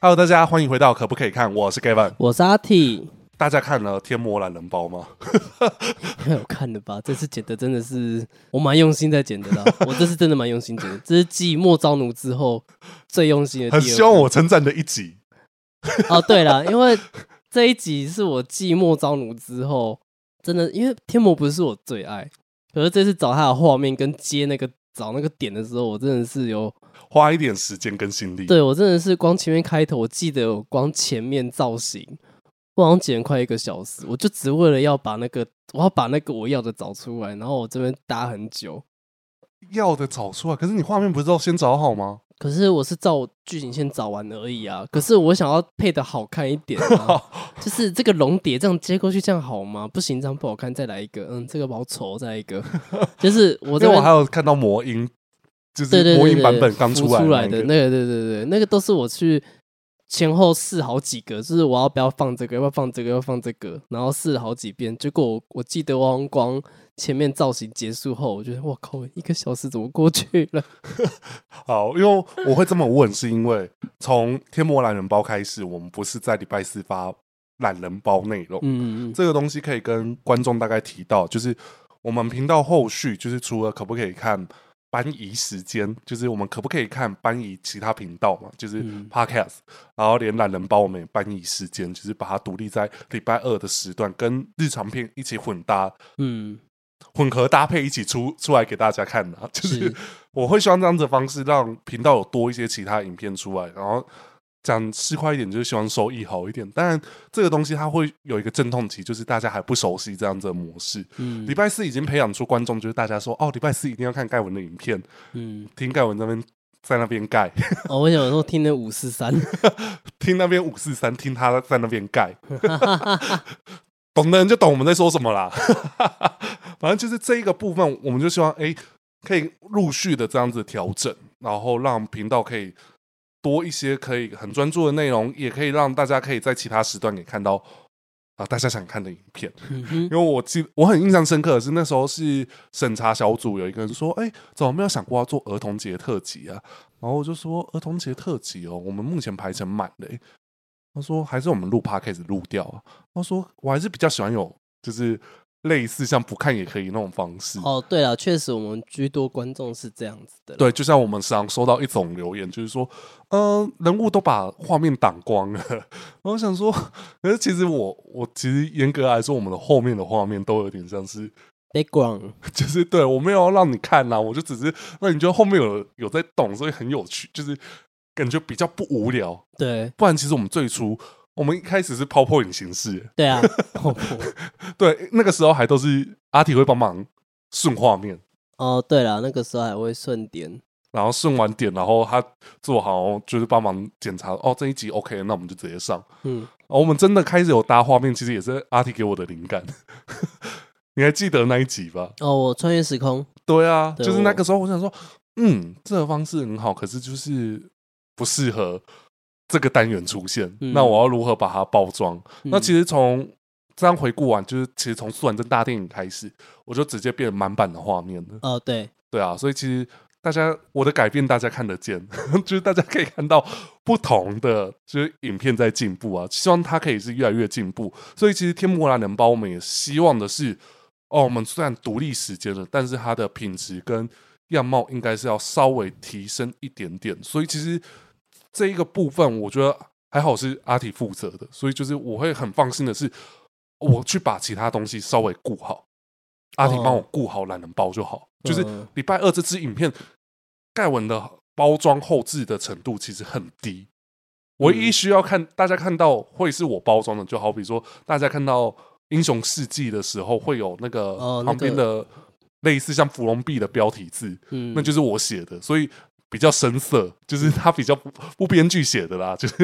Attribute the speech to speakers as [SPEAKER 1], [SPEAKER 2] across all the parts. [SPEAKER 1] Hello，大家欢迎回到可不可以看？我是 Gavin。
[SPEAKER 2] 我是阿 T，
[SPEAKER 1] 大家看了《天魔懒人包》吗？
[SPEAKER 2] 有看的吧？这次剪的真的是我蛮用心在剪的啦，我这次真的蛮用心剪的，这是继《莫招奴》之后最用心的第
[SPEAKER 1] 很
[SPEAKER 2] 二。
[SPEAKER 1] 希望我称赞的一集。
[SPEAKER 2] 哦，对了，因为这一集是我继《莫招奴》之后，真的因为天魔不是我最爱，可是这次找他的画面跟接那个找那个点的时候，我真的是有，
[SPEAKER 1] 花一点时间跟心力，
[SPEAKER 2] 对我真的是光前面开头，我记得我光前面造型，我好像剪了快一个小时，我就只为了要把那个我要把那个我要的找出来，然后我这边搭很久。
[SPEAKER 1] 要的找出来。可是你画面不是都先找好吗？
[SPEAKER 2] 可是我是照我剧情线找完而已啊。可是我想要配的好看一点、 啊，就是这个龙蝶这样接过去，这样好吗？不行，这样不好看，再来一个。嗯，这个好丑，再来一个。 就是我
[SPEAKER 1] 因
[SPEAKER 2] 这
[SPEAKER 1] 为我还
[SPEAKER 2] 边
[SPEAKER 1] 有看到魔音，就
[SPEAKER 2] 对
[SPEAKER 1] 是
[SPEAKER 2] 对
[SPEAKER 1] 魔
[SPEAKER 2] 对
[SPEAKER 1] 音
[SPEAKER 2] 对
[SPEAKER 1] 版本刚
[SPEAKER 2] 浮
[SPEAKER 1] 来
[SPEAKER 2] 出来
[SPEAKER 1] 那
[SPEAKER 2] 的
[SPEAKER 1] 个
[SPEAKER 2] 那个，对对对，那个都是我去前后试好几个，就是我要不要放这个，要不要放这个，要不要放这个，然后试了好几遍。结果我我记得汪光前面造型结束后，我觉得我靠，一个小时怎么过去了？
[SPEAKER 1] 好，因为我会这么问，是因为从《天魔懒人包》开始，我们不是在礼拜四发懒人包内容，
[SPEAKER 2] 嗯嗯嗯，
[SPEAKER 1] 这个东西可以跟观众大概提到，就是我们频道后续就是除了可不可以看搬移时间，就是我们可不可以看搬移其他频道嘛，就是
[SPEAKER 2] 嗯
[SPEAKER 1] podcast，、然后连懒人包我们也搬移时间，就是把它独立在礼拜二的时段跟日常片一起混搭。
[SPEAKER 2] 嗯。
[SPEAKER 1] 混合搭配一起出出来给大家看的、 啊，就是
[SPEAKER 2] 是
[SPEAKER 1] 我会希望这样子的方式让频道有多一些其他影片出来，然后讲市侩一点，就是希望收益好一点。当然，这个东西它会有一个阵痛期，就是大家还不熟悉这样子的模式。
[SPEAKER 2] 嗯
[SPEAKER 1] 礼拜四已经培养出观众，就是大家说哦，礼拜四一定要看盖文的影片，
[SPEAKER 2] 嗯，
[SPEAKER 1] 听盖文那边在那边盖，
[SPEAKER 2] 哦，我想说听那五四三，
[SPEAKER 1] 听那边五四三，听他在那边盖， 懂的人就懂我们在说什么啦。 反正就是这一个部分，我们就希望哎、诶可以陆续的这样子调整，然后让频道可以多一些可以很专注的内容，也可以让大家可以在其他时段也看到啊、大家想看的影片。
[SPEAKER 2] 嗯哼
[SPEAKER 1] 因为我记我很印象深刻的是那时候是审查小组有一个人说，哎、怎么没有想过要做儿童节特辑啊？然后我就说儿童节特辑哦，我们目前排成满了、欸。他说还是我们录 p 开始录掉啊。他说我还是比较喜欢有就是类似像不看也可以那种方式。
[SPEAKER 2] 哦，对了，确实我们居多观众是这样子的啦，
[SPEAKER 1] 对，就像我们时常收到一种留言，就是说，嗯、人物都把画面挡光了。 然后我想说，可是其实我我其实严格来说，我们的后面的画面都有点像是
[SPEAKER 2] background，
[SPEAKER 1] 就是对我没有要让你看啦、我就只是让你觉得后面有有在动，所以很有趣，就是感觉比较不无聊。
[SPEAKER 2] 对
[SPEAKER 1] 不然其实我们最初我们一开始是 PowerPoint 形式，
[SPEAKER 2] 对啊， 哦
[SPEAKER 1] 对，那个时候还都是阿体会帮忙顺画面，
[SPEAKER 2] 哦，对了，那个时候还会顺点，
[SPEAKER 1] 然后顺完点，然后他做好就是帮忙检查，哦这一集 OK，那我们就直接上。
[SPEAKER 2] 嗯，
[SPEAKER 1] 哦，我们真的开始有搭画面，其实也是阿体给我的灵感。 你还记得那一集吧？
[SPEAKER 2] 哦，我穿越时空，
[SPEAKER 1] 对啊，
[SPEAKER 2] 对
[SPEAKER 1] 就是那
[SPEAKER 2] 我
[SPEAKER 1] 个时候，我想说，嗯，这个方式很好，可是就是不适合这个单元出现。
[SPEAKER 2] 嗯
[SPEAKER 1] 那我要如何把它包装？那其
[SPEAKER 2] 实
[SPEAKER 1] 实从这样回顾完，就是其实从《素还真大电影》开始，我就直接变满版的画面了。
[SPEAKER 2] 哦，对，
[SPEAKER 1] 对啊，所以其实大家我的改变大家看得见， 就是大家可以看到不同的就是影片在进步啊，希望它可以是越来越进步。所以其实《天幕兰能包》我们也希望的是，哦，我们虽然独立时间了，但是它的品质跟样貌应该是要稍微提升一点点。所以其实这一个部分，我觉得还好是阿体负责的，所以就是我会很放心的是，我去把其他东西稍微顾好，阿体
[SPEAKER 2] 哦
[SPEAKER 1] 帮我顾好懒人包就好。就是
[SPEAKER 2] 嗯
[SPEAKER 1] 礼拜二这支影片盖文的包装后置的程度其实很低，唯
[SPEAKER 2] 嗯
[SPEAKER 1] 一需要看大家看到会是我包装的，就好比说大家看到英雄事迹的时候会有那个
[SPEAKER 2] 哦那
[SPEAKER 1] 旁边
[SPEAKER 2] 个
[SPEAKER 1] 的类似像芙蓉币的标题字，
[SPEAKER 2] 嗯，
[SPEAKER 1] 那就是我写的，所以比较生涩，就是他比较不不编剧写的啦，就是、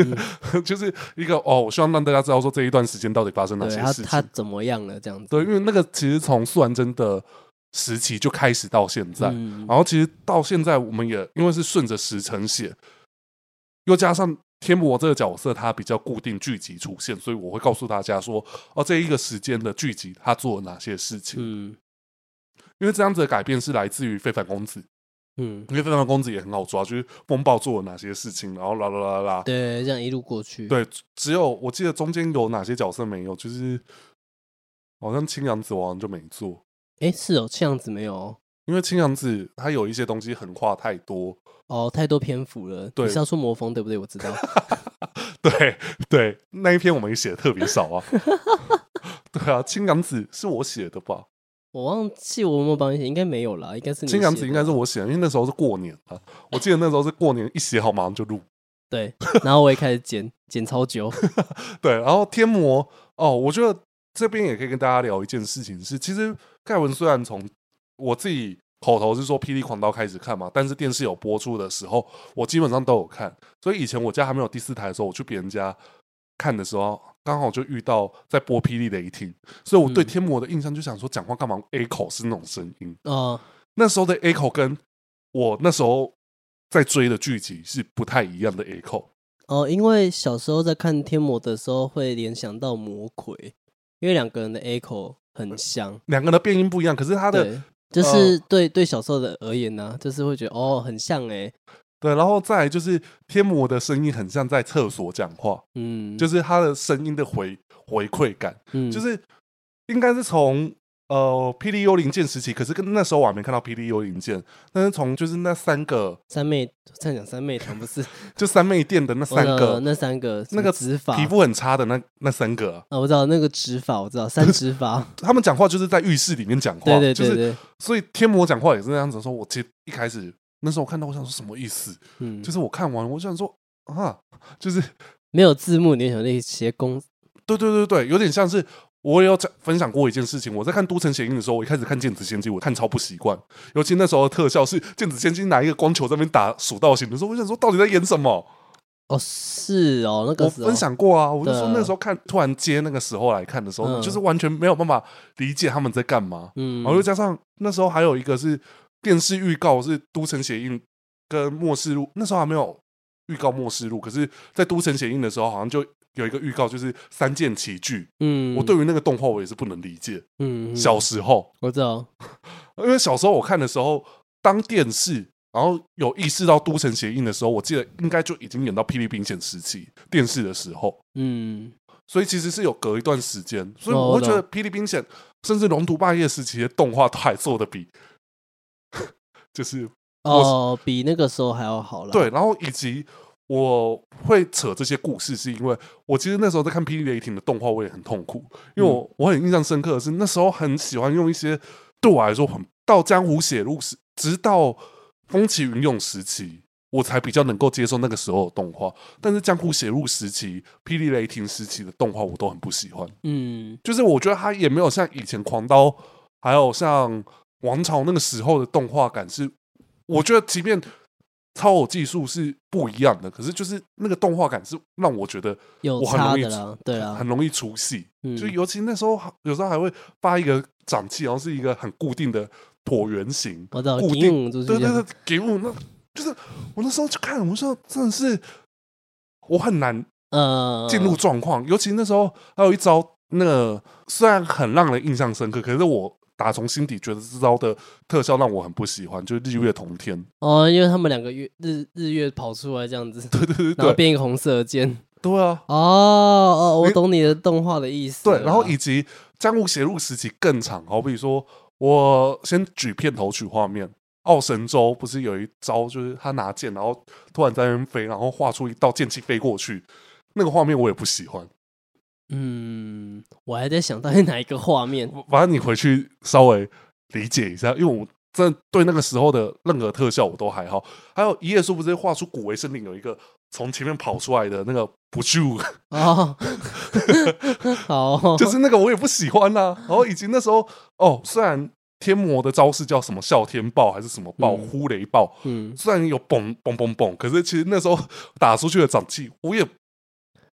[SPEAKER 2] 嗯
[SPEAKER 1] 就是一个哦，我希望让大家知道说这一段时间到底发生哪
[SPEAKER 2] 对
[SPEAKER 1] 些
[SPEAKER 2] 他
[SPEAKER 1] 事
[SPEAKER 2] 他
[SPEAKER 1] 情。
[SPEAKER 2] 怎么样了这样子，
[SPEAKER 1] 对，因为那个其实从素还真的时期就开始到现在，
[SPEAKER 2] 嗯
[SPEAKER 1] 然后其实到现在我们也因为是顺着时辰写，又加上天魔这个角色他比较固定剧集出现，所以我会告诉大家说，哦，这一个时间的剧集他做了哪些事情，
[SPEAKER 2] 嗯
[SPEAKER 1] 因为这样子的改变是来自于非凡公子，
[SPEAKER 2] 嗯，
[SPEAKER 1] 因为非常公子也很好抓，就是风暴做了哪些事情，然后啦啦啦啦，
[SPEAKER 2] 对，这样一路过去，，
[SPEAKER 1] 对，只有我记得中间有哪些角色没有，就是好像青阳子王就没做，
[SPEAKER 2] 哎，是哦，这样子没有哦
[SPEAKER 1] 因为青阳子他有一些东西横跨太多，
[SPEAKER 2] 哦，太多篇幅了，
[SPEAKER 1] 对
[SPEAKER 2] 你是要说魔风对不对？我知道，
[SPEAKER 1] 对对，那一篇我们也写的特别少啊， 对啊，青阳子是我写的吧？
[SPEAKER 2] 我忘记我有没有帮你写，应该没有啦，应该是你
[SPEAKER 1] 青阳
[SPEAKER 2] 写
[SPEAKER 1] 子
[SPEAKER 2] 的
[SPEAKER 1] 应该是我写的，因为那时候是过年啊，我记得那时候是过年一写好马上就录，
[SPEAKER 2] 对，然后我也开始剪 剪超久，
[SPEAKER 1] 对，然后天魔哦，我觉得这边也可以跟大家聊一件事情是，其实盖文虽然从我自己口头是说《霹雳狂刀》开始看嘛，但是电视有播出的时候，我基本上都有看。所以以前我家还没有第四台的时候，我去别人家看的时候，刚好就遇到在播《霹雳雷霆》，所以我对
[SPEAKER 2] 嗯
[SPEAKER 1] 天魔的印象就想说，讲话干嘛 A 口是那种声音？
[SPEAKER 2] 哦，
[SPEAKER 1] 那时候的 A 口跟我那时候在追的剧集是不太一样的 A 口。
[SPEAKER 2] 哦，因为小时候在看天魔的时候会联想到魔鬼，因为两个人的 echo 很像，
[SPEAKER 1] 两个人的变音不一样，可是他的呃
[SPEAKER 2] 对，就是对对小时候的而言呢、就是会觉得哦很像哎、
[SPEAKER 1] 对，然后再来就是天魔的声音很像在厕所讲话，
[SPEAKER 2] 嗯，
[SPEAKER 1] 就是他的声音的回回馈感，
[SPEAKER 2] 嗯
[SPEAKER 1] 就是应该是从呃《霹雳幽灵剑》时期，可是跟那时候我还没看到《霹雳幽灵剑》，但是从就是那三个
[SPEAKER 2] 三妹，再讲三妹堂不是
[SPEAKER 1] 就三妹店的那 三
[SPEAKER 2] 我知道了
[SPEAKER 1] 个
[SPEAKER 2] 哦那三个什
[SPEAKER 1] 那
[SPEAKER 2] 么
[SPEAKER 1] 个
[SPEAKER 2] 指法
[SPEAKER 1] 皮肤很差的那那三个，，
[SPEAKER 2] 啊，我知道那个指法，我知道三指法
[SPEAKER 1] 他们讲话就是在浴室里面讲话，
[SPEAKER 2] 对对
[SPEAKER 1] 就
[SPEAKER 2] 对
[SPEAKER 1] 是
[SPEAKER 2] 对，
[SPEAKER 1] 所以天魔讲话也是那样子说，我其实一开始那时候我看到我想说什么意思，
[SPEAKER 2] 嗯，
[SPEAKER 1] 就是是我看完我想说啊，就是
[SPEAKER 2] 没有字幕，你会想那些公
[SPEAKER 1] 对对对对，有点像是我也有讲分享过一件事情。我在看《都城血印》的时候，我一开始看《剑子仙姬》，我看超不习惯，尤其那时候的特效是《剑子仙姬》拿一个光球在那边打数道型的时候，我想说到底在演什么？
[SPEAKER 2] 哦是哦，那
[SPEAKER 1] 我
[SPEAKER 2] 个时候
[SPEAKER 1] 分享过啊，我就说
[SPEAKER 2] 对啊
[SPEAKER 1] 那时候看，突然接那个时候来看的时候，
[SPEAKER 2] 嗯
[SPEAKER 1] 你就是完全没有办法理解他们在干嘛。
[SPEAKER 2] 嗯，
[SPEAKER 1] 然后又加上那时候还有一个是电视预告是《都城血印》跟《末世录》，那时候还没有预告《末世录》，可是，在《都城血印》的时候，好像就有一个预告，就是三剑齐聚。
[SPEAKER 2] 嗯，
[SPEAKER 1] 我对于那个动画我也是不能理解。
[SPEAKER 2] 嗯嗯
[SPEAKER 1] 小时候，
[SPEAKER 2] 我知道，
[SPEAKER 1] 因为小时候我看的时候，当电视然后有意识到都城协印的时候，我记得应该就已经演到霹雳兵险时期电视的时候，
[SPEAKER 2] 嗯
[SPEAKER 1] 所以其实是有隔一段时间，所以
[SPEAKER 2] 哦
[SPEAKER 1] 我
[SPEAKER 2] 我
[SPEAKER 1] 会觉
[SPEAKER 2] 懂
[SPEAKER 1] 得霹雳兵险甚至龙图霸业时期的动画都还做的比， 就是
[SPEAKER 2] 哦，比那个时候还要好了，
[SPEAKER 1] 对，然后以及。我会扯这些故事，是因为我其实那时候在看《霹雳雷霆》的动画，我也很痛苦，因为我、我很印象深刻的是，那时候很喜欢用一些对我来说很到江湖写入时，直到风起云涌时期，我才比较能够接受那个时候的动画。但是江湖写入时期、霹雳雷霆时期的动画，我都很不喜欢。
[SPEAKER 2] 嗯
[SPEAKER 1] 就是我觉得它也没有像以前狂刀，还有像王朝那个时候的动画感是，我觉得即便超偶技术是不一样的，可是就是那个动画感是让我觉得
[SPEAKER 2] 有
[SPEAKER 1] 我很容
[SPEAKER 2] 差
[SPEAKER 1] 易
[SPEAKER 2] 的啦，对啊
[SPEAKER 1] 很，容易出戏。
[SPEAKER 2] 嗯
[SPEAKER 1] 就尤其那时候有时候还会发一个掌气，然后是一个很固定的椭圆形，
[SPEAKER 2] 我知道，
[SPEAKER 1] 固
[SPEAKER 2] 给
[SPEAKER 1] 定
[SPEAKER 2] 我就是
[SPEAKER 1] 对
[SPEAKER 2] 这
[SPEAKER 1] 对
[SPEAKER 2] 样
[SPEAKER 1] 对，给我那就是我那时候就看，我说真的是我很难
[SPEAKER 2] 呃
[SPEAKER 1] 进入状况。尤其那时候还有一招，那个虽然很让人印象深刻，可是我打从心底觉得这招的特效让我很不喜欢，就是日月同天。
[SPEAKER 2] 哦，因为他们两个月日日月跑出来这样子，
[SPEAKER 1] 对对对
[SPEAKER 2] 然后
[SPEAKER 1] 对对，
[SPEAKER 2] 变一个红色的箭。
[SPEAKER 1] 对啊，
[SPEAKER 2] 哦哦，我
[SPEAKER 1] 你
[SPEAKER 2] 懂你的动画的意思了。
[SPEAKER 1] 对。啊然后以及江户写入时期更长，好比说我先举片头曲画面。奥神州不是有一招，就是他拿剑，然后突然在那边飞，然后画出一道剑气飞过去，那个画面我也不喜欢。
[SPEAKER 2] 嗯，我还在想到底哪一个 画面。
[SPEAKER 1] 反正你回去稍微理解一下，因为我真的对那个时候的任何特效我都还好。还有一页书不是画出古为森林有一个从前面跑出来的那个不住，
[SPEAKER 2] 哦， 好哦，
[SPEAKER 1] 就是那个我也不喜欢啦、然后以及那时候哦，虽然天魔的招式叫什么啸天豹还是什么豹、
[SPEAKER 2] 嗯
[SPEAKER 1] 呼雷豹，
[SPEAKER 2] 嗯，
[SPEAKER 1] 虽然有嘣嘣嘣嘣，可是其实那时候打出去的掌气我也。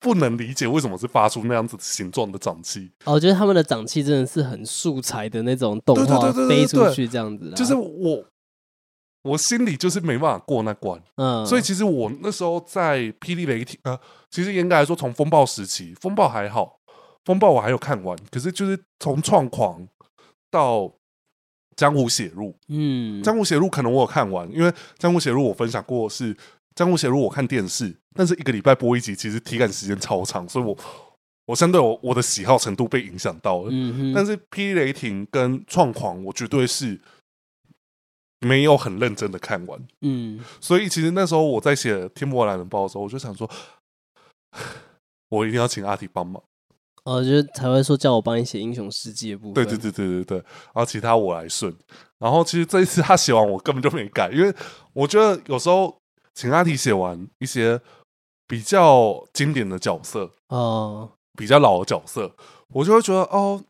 [SPEAKER 1] 不能理解为什么是发出那样子形状的掌气，
[SPEAKER 2] 哦我觉得他们的掌气真的是很素材的那种动
[SPEAKER 1] 对对
[SPEAKER 2] 画
[SPEAKER 1] 对对对
[SPEAKER 2] 飞
[SPEAKER 1] 对
[SPEAKER 2] 出
[SPEAKER 1] 对
[SPEAKER 2] 去这样子啊啦，
[SPEAKER 1] 就是我我心里就是没办法过那关。
[SPEAKER 2] 嗯，
[SPEAKER 1] 所以其实我那时候在《霹雳雷霆》呃，其实严格来说，从风暴时期，风暴还好，风暴我还有看完，可是就是从创狂到江湖写入》。
[SPEAKER 2] 嗯，
[SPEAKER 1] 江湖写入可能我有看完，因为江湖写入我分享过是江湖写入我看电视，但是一个礼拜播一集，其实体感时间超长，所以我我相对我我的喜好程度被影响到了。
[SPEAKER 2] 嗯
[SPEAKER 1] 但
[SPEAKER 2] 哼，
[SPEAKER 1] 是霹雷霆跟创狂，我绝对是没有很认真的看完，
[SPEAKER 2] 嗯
[SPEAKER 1] 所以其实那时候我在写《天魔蓝人报》的时候，我就想说， 我一定要请阿迪帮忙。
[SPEAKER 2] 哦，就是才会说叫我帮你写英雄事迹的部分。
[SPEAKER 1] 对对，对对对对，然后其他我来顺。然后其实这一次他写完，我根本就没改，因为我觉得有时候请阿提写完一些比较经典的角色、
[SPEAKER 2] 哦，
[SPEAKER 1] 比较老的角色，我就会觉得哦，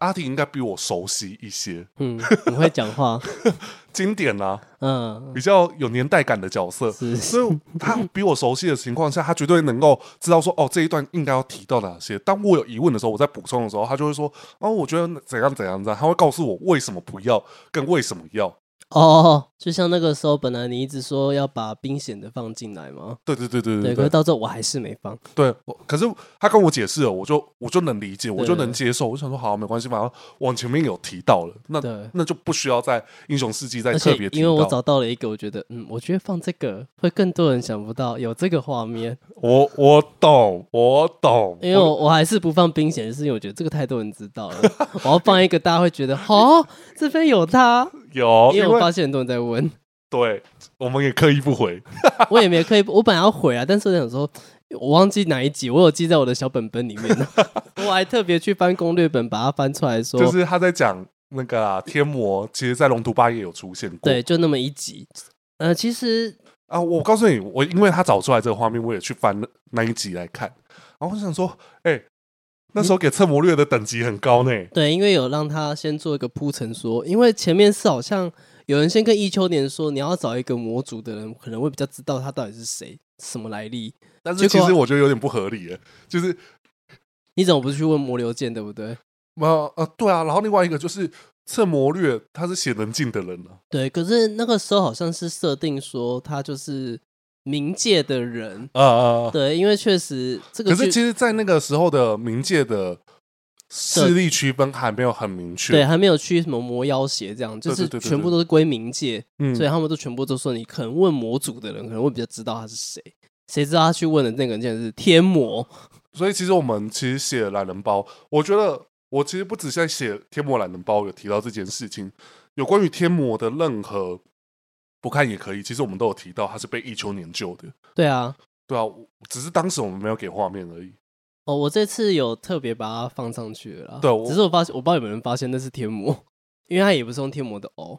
[SPEAKER 1] 阿提应该比我熟悉一些
[SPEAKER 2] 嗯，很会讲话，
[SPEAKER 1] 经典啊，
[SPEAKER 2] 嗯，
[SPEAKER 1] 比较有年代感的角色。
[SPEAKER 2] 是
[SPEAKER 1] 所以他比我熟悉的情况下，他绝对能够知道说，哦，这一段应该要提到哪些。当我有疑问的时候，我在补充的时候，他就会说，哦，我觉得怎样怎样怎样，他会告诉我为什么不要，跟为什么要。
[SPEAKER 2] 哦，就像那个时候，本来你一直说要把冰险的放进来嘛，
[SPEAKER 1] 对对对对
[SPEAKER 2] 对，
[SPEAKER 1] 对
[SPEAKER 2] 可是
[SPEAKER 1] 对
[SPEAKER 2] 到最后我还是没放。
[SPEAKER 1] 对，我可是他跟我解释了，我就我就能理解，我就
[SPEAKER 2] 对
[SPEAKER 1] 能接受。我想说，好，没关系，反正往前面有提到了，那
[SPEAKER 2] 对
[SPEAKER 1] 那就不需要在英雄事迹再
[SPEAKER 2] 而
[SPEAKER 1] 特
[SPEAKER 2] 且
[SPEAKER 1] 别提
[SPEAKER 2] 因为我
[SPEAKER 1] 到。
[SPEAKER 2] 找到了一个，我觉得，嗯，我觉得放这个会更多人想不到有这个 画面，
[SPEAKER 1] 我我懂，我懂，
[SPEAKER 2] 因为我我还是不放冰险，是因为我觉得这个太多人知 道了，我要放一个大家会觉得，哦，这边有他，
[SPEAKER 1] 有，
[SPEAKER 2] 因为
[SPEAKER 1] 哦因
[SPEAKER 2] 我
[SPEAKER 1] 为
[SPEAKER 2] 发现很多人在问，
[SPEAKER 1] 对，我们也刻意不回。
[SPEAKER 2] 我也没刻意，我本来要回啊，但是我想说。我忘记哪一集，我有记在我的小本 本里面呢。我还特别去翻攻略本，把它翻出来说，
[SPEAKER 1] 就是他在讲那个啊，天魔，其实在龙图八也有出现过。
[SPEAKER 2] 对，就那么一集。呃，其实
[SPEAKER 1] 啊，我告诉你，我因为他找出来这个画面，我也去翻了那一集来看，然后我想说，哎、那时候给侧魔略的等级很高呢。
[SPEAKER 2] 对，因为有让他先做一个铺陈，说，因为前面是好像有人先跟易秋年说，你要找一个模组的人，可能会比较知道他到底是谁，什么来历。
[SPEAKER 1] 但是其
[SPEAKER 2] 结
[SPEAKER 1] 实
[SPEAKER 2] 果
[SPEAKER 1] 我觉得有点不合理耶，就是
[SPEAKER 2] 你怎么不去问魔流剑，对不对？
[SPEAKER 1] 呃呃，对啊，然后另外一个就是侧魔略他是写能进的人啊，
[SPEAKER 2] 对，可是那个时候好像是设定说他就是冥界的人，
[SPEAKER 1] 啊啊啊！
[SPEAKER 2] 对，因为确实这个
[SPEAKER 1] 可是
[SPEAKER 2] 剧
[SPEAKER 1] 其实，在那个时候的冥界的势力区分还没有很明
[SPEAKER 2] 对
[SPEAKER 1] 确，
[SPEAKER 2] 还没有去什么魔妖邪这样，就
[SPEAKER 1] 对
[SPEAKER 2] 是
[SPEAKER 1] 对对对
[SPEAKER 2] 全部
[SPEAKER 1] 对
[SPEAKER 2] 都是归冥界。
[SPEAKER 1] 嗯
[SPEAKER 2] 所以他们都全部都说你可能问魔主的人可能会比较知道他是谁，谁知道他去问的那个人竟然是天魔，
[SPEAKER 1] 所以其实我们其实写懒人包，我觉得我其实不只在写天魔懒人包有提到这件事情，有关于天魔的任何不看也可以，其实我们都有提到他是被一秋年救的，
[SPEAKER 2] 对啊，
[SPEAKER 1] 对啊，我只是当时我们没有给画面而已。
[SPEAKER 2] 哦，我这次有特别把它放上去了啦，
[SPEAKER 1] 对我
[SPEAKER 2] 只是我发现我不知道有没有人发现那是天魔，因为他也不是用天魔的哦，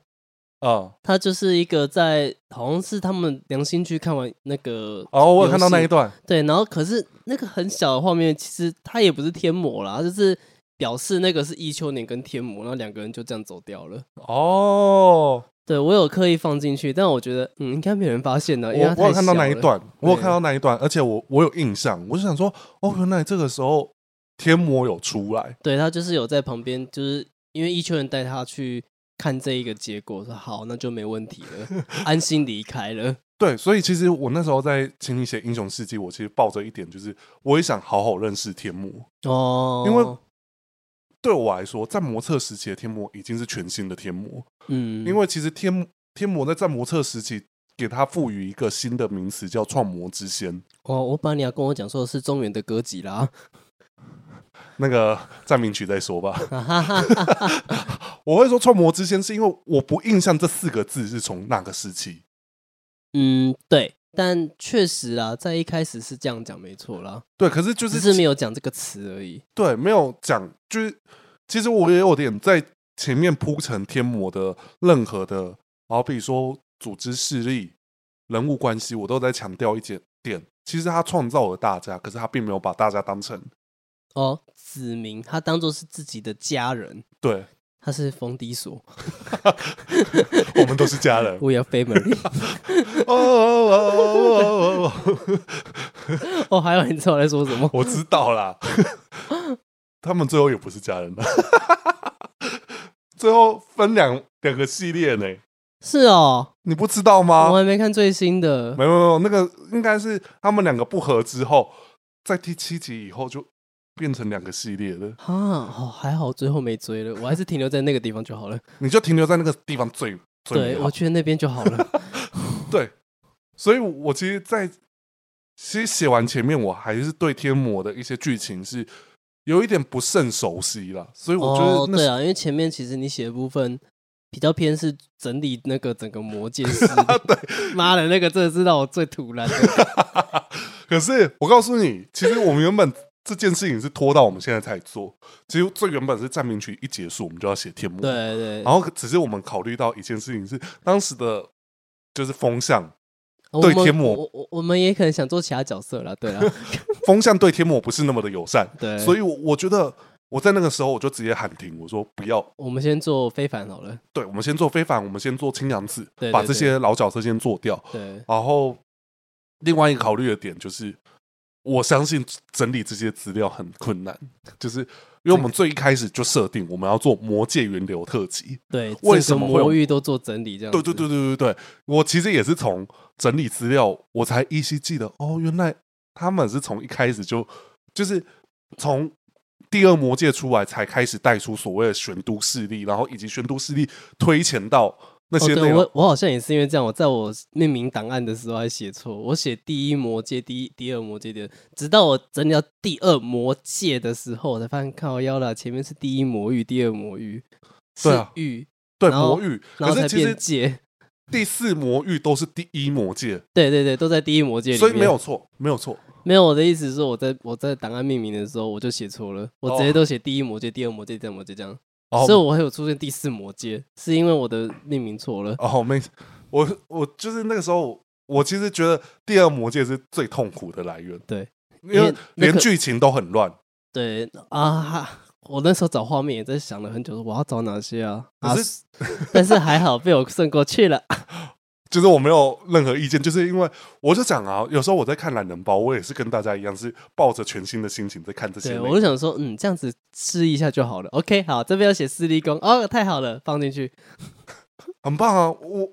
[SPEAKER 1] 啊、
[SPEAKER 2] 他就是一个在好像是他们良心剧看完那个
[SPEAKER 1] 哦，我有看到
[SPEAKER 2] 游戏
[SPEAKER 1] 那一段，
[SPEAKER 2] 对，然后可是那个很小的画面，其实他也不是天魔啦，它就是表示那个是易秋年跟天魔，然后两个人就这样走掉了。
[SPEAKER 1] 哦，
[SPEAKER 2] 对我有刻意放进去，但我觉得嗯，应该没人发现的，因为它
[SPEAKER 1] 我我有
[SPEAKER 2] 太
[SPEAKER 1] 看到那
[SPEAKER 2] 小
[SPEAKER 1] 一
[SPEAKER 2] 了。
[SPEAKER 1] 段，我有
[SPEAKER 2] 对
[SPEAKER 1] 看到那一段，而且我我有印象，我就想说，哦，原来这个时候天魔有出来，
[SPEAKER 2] 对他就是有在旁边，就是因为一群人带他去看这一个结果，说好，那就没问题 了，安心离开了。
[SPEAKER 1] 对，所以其实我那时候在请你写英雄事迹，我其实抱着一点就是，我也想好好认识天魔。
[SPEAKER 2] 哦，
[SPEAKER 1] 因为对我来说，在模测时期的天魔已经是全新的天魔，
[SPEAKER 2] 嗯，
[SPEAKER 1] 因为其实天天魔在战魔测时期给它赋予一个新的名词，叫创魔之仙。
[SPEAKER 2] 哦，我本来你要跟我讲说的是中原的哥吉拉，
[SPEAKER 1] 那个 暂名曲再说吧。
[SPEAKER 2] 哈哈哈哈
[SPEAKER 1] 我会说创魔之仙，是因为我不印象这四个字是从那个时期。
[SPEAKER 2] 嗯，对，但确实啦，在一开始是这样讲没错啦，
[SPEAKER 1] 对，可是就
[SPEAKER 2] 只
[SPEAKER 1] 是
[SPEAKER 2] 是没有讲这个词而已。
[SPEAKER 1] 对，没有讲，就是其实我也有点在前面铺陈天魔的任何的，好比说组织势力、人物关系，我都在强调一点点。其实他创造了大家，可是他并没有把大家当成
[SPEAKER 2] 哦，子明他当做是自己的家人，
[SPEAKER 1] 对，
[SPEAKER 2] 他是冯迪索
[SPEAKER 1] 我们都是家 人。哦
[SPEAKER 2] ，We are family。
[SPEAKER 1] 哦哦哦哦哦，
[SPEAKER 2] 哦，还有你知道我在说什 么？
[SPEAKER 1] 我知道啦，他们最后也不是家人了，最后分两两个系列呢，
[SPEAKER 2] 是哦，
[SPEAKER 1] 你不知道吗？
[SPEAKER 2] 我还没看最 新的。
[SPEAKER 1] 没有没有，那个应该是他们两个不和之后，在第七集以后就变成两个系列了，
[SPEAKER 2] 啊，哦，还好最后没追了，我还是停留在那个地方就好了。
[SPEAKER 1] 你就停留在那个地方最最美
[SPEAKER 2] 对，
[SPEAKER 1] 好
[SPEAKER 2] 我觉得那边就好了。
[SPEAKER 1] 对，所以我我其实在，其实写完前面，我还是对天魔的一些剧情是有一点不甚熟悉啦，所以 我觉
[SPEAKER 2] 哦，
[SPEAKER 1] 得那
[SPEAKER 2] 对
[SPEAKER 1] 是、
[SPEAKER 2] 啊，因为前面其实你写的部分比较偏是整理那个整个魔界史。 对，妈的，那个真的是让我最突然的。
[SPEAKER 1] 可是我告诉你，其实我们原本这件事情是拖到我们现在才做，其实最原本是战名曲一结束，我们就要写天魔，
[SPEAKER 2] 对对，
[SPEAKER 1] 然后只是我们考虑到一件事情是当时的。就是风向，
[SPEAKER 2] 我
[SPEAKER 1] 对
[SPEAKER 2] 们
[SPEAKER 1] 天魔
[SPEAKER 2] 我我我们也可能想做其他角色了。对啊，
[SPEAKER 1] 风向对天魔不是那么的友善，
[SPEAKER 2] 对，
[SPEAKER 1] 所以我我觉得我在那个时候我就直接喊停，我说不要，
[SPEAKER 2] 我们先做非凡好了。
[SPEAKER 1] 对，我们先做非凡，我们先做青阳子，
[SPEAKER 2] 对对
[SPEAKER 1] 把这些老角色先做掉。
[SPEAKER 2] 对，
[SPEAKER 1] 然后另外一个考虑的点就是，我相信整理这些资料很困难，就是因为我们最一开始就设定我们要做魔界源流特辑。
[SPEAKER 2] 对，
[SPEAKER 1] 为
[SPEAKER 2] 整
[SPEAKER 1] 什
[SPEAKER 2] 个
[SPEAKER 1] 么会有
[SPEAKER 2] 魔域都做整理这样？
[SPEAKER 1] 对对对，对对对，我其实也是从整理资料，我才依稀记得哦，原来他们是从一开始就就是从。第二魔界出来，才开始带出所谓的玄都势力，然后以及玄都势力推前到那
[SPEAKER 2] 哦，
[SPEAKER 1] 些内
[SPEAKER 2] 对
[SPEAKER 1] 容。
[SPEAKER 2] 我我好像也是因为这样，我在我命名档案的时候还写错，我写第一魔界，第一第二魔界，第二，直到我整理到第二魔界的时候，我才发现靠腰了，前面是第一魔域，第二魔域，是
[SPEAKER 1] 对啊
[SPEAKER 2] 域，
[SPEAKER 1] 对
[SPEAKER 2] 然后
[SPEAKER 1] 魔域，
[SPEAKER 2] 然后
[SPEAKER 1] 可
[SPEAKER 2] 才
[SPEAKER 1] 是其
[SPEAKER 2] 变
[SPEAKER 1] 实
[SPEAKER 2] 界，
[SPEAKER 1] 第四魔域都是第一魔界，
[SPEAKER 2] 对对对，都在第一魔界里面，
[SPEAKER 1] 所以没有错，没有错。
[SPEAKER 2] 没有我的意思是说，我在我在档案命名的时候我就写错了，我直接
[SPEAKER 1] 哦
[SPEAKER 2] 都写第一魔界、第二魔界、第三魔界这样，
[SPEAKER 1] 哦
[SPEAKER 2] 所以我还有出现第四魔界，是因为我的命名错了，
[SPEAKER 1] 哦，没，我我就是那个时候，我其实觉得第二魔界是最痛苦的来源，
[SPEAKER 2] 对，
[SPEAKER 1] 因
[SPEAKER 2] 因为
[SPEAKER 1] 为
[SPEAKER 2] 那
[SPEAKER 1] 连
[SPEAKER 2] 个
[SPEAKER 1] 剧情都很乱。
[SPEAKER 2] 对啊，哈我那时候找画面也在想了很久，我要找哪些啊？啊
[SPEAKER 1] 可，是
[SPEAKER 2] 但是还好被我胜过去了。
[SPEAKER 1] 就是我没有任何意见，就是因为我就讲啊，有时候我在看懒人包，我也是跟大家一样，是抱着全新的心情在看这些内
[SPEAKER 2] 对，
[SPEAKER 1] 容。
[SPEAKER 2] 我就想说，嗯，这样子试一下就好了。OK，好，这边要写私立工，哦，太好了，放进去。
[SPEAKER 1] 很棒啊！我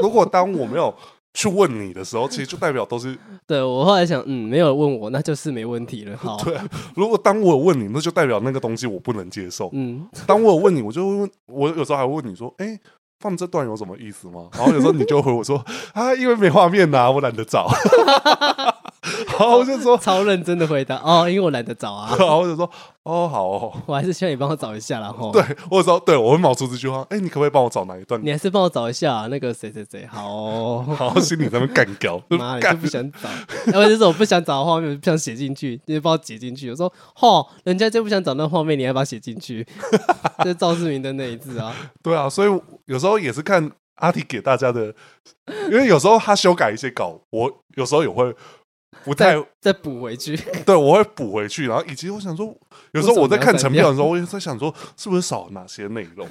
[SPEAKER 1] 如果当我没有去问你的时候，其实就代表都是
[SPEAKER 2] 对我后来想，嗯，没有人问我，那就是没问题了。好，
[SPEAKER 1] 对啊。如果当我有问你，那就代表那个东西我不能接受。
[SPEAKER 2] 嗯，
[SPEAKER 1] 当我有问你，我就会问，我有时候还会问你说，哎、放这段有什么意思吗？然后有时候你就回我说，啊，因为没画面呐、我懒得找。 然后我就说，
[SPEAKER 2] 超认真的回答。哦，因为我懒得找啊，
[SPEAKER 1] 然后我就说，哦，好哦。
[SPEAKER 2] 我还是希望你帮我找一下啦。吼，
[SPEAKER 1] 对，我有时候对我会冒出这句话，哎、你可不可以帮我找哪一段？
[SPEAKER 2] 你还是帮我找一下、啊、那个谁谁谁。好哦、
[SPEAKER 1] 然后心里在那边干掉，
[SPEAKER 2] 妈的，
[SPEAKER 1] 干
[SPEAKER 2] 就不想找， 要不就是我不想找的画面，我不想写进去，你就帮我写进去。我说，吼，人家就不想找那画面，你还把它写进去，这是赵世明的那一字啊。
[SPEAKER 1] 对啊，所以我有时候也是看阿提给大家的，因为有时候他修改一些稿，我有时候也会不太
[SPEAKER 2] 再再补回去，
[SPEAKER 1] 对，我会补回去，然后以及我想说，有时候我在看成票的时候，我也在想说，是不是少了哪些内 容？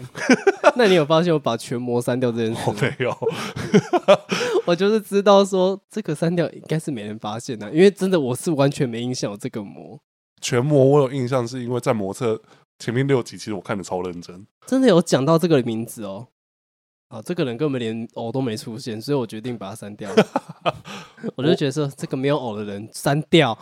[SPEAKER 2] 那你有发现我把全模删掉这件
[SPEAKER 1] 我
[SPEAKER 2] 事？
[SPEAKER 1] 没有，
[SPEAKER 2] 我就是知道说这个删掉应该是没人发现的、啊因为真的我是完全没印象有这个模，
[SPEAKER 1] 全模我有印象是因为在模测前面六集，其实我看的超认真。
[SPEAKER 2] 真的有讲到这个名字哦。啊，这个人根本连偶都没出现，所以我决定把它删掉。我就觉得说，这个没有偶的人删掉，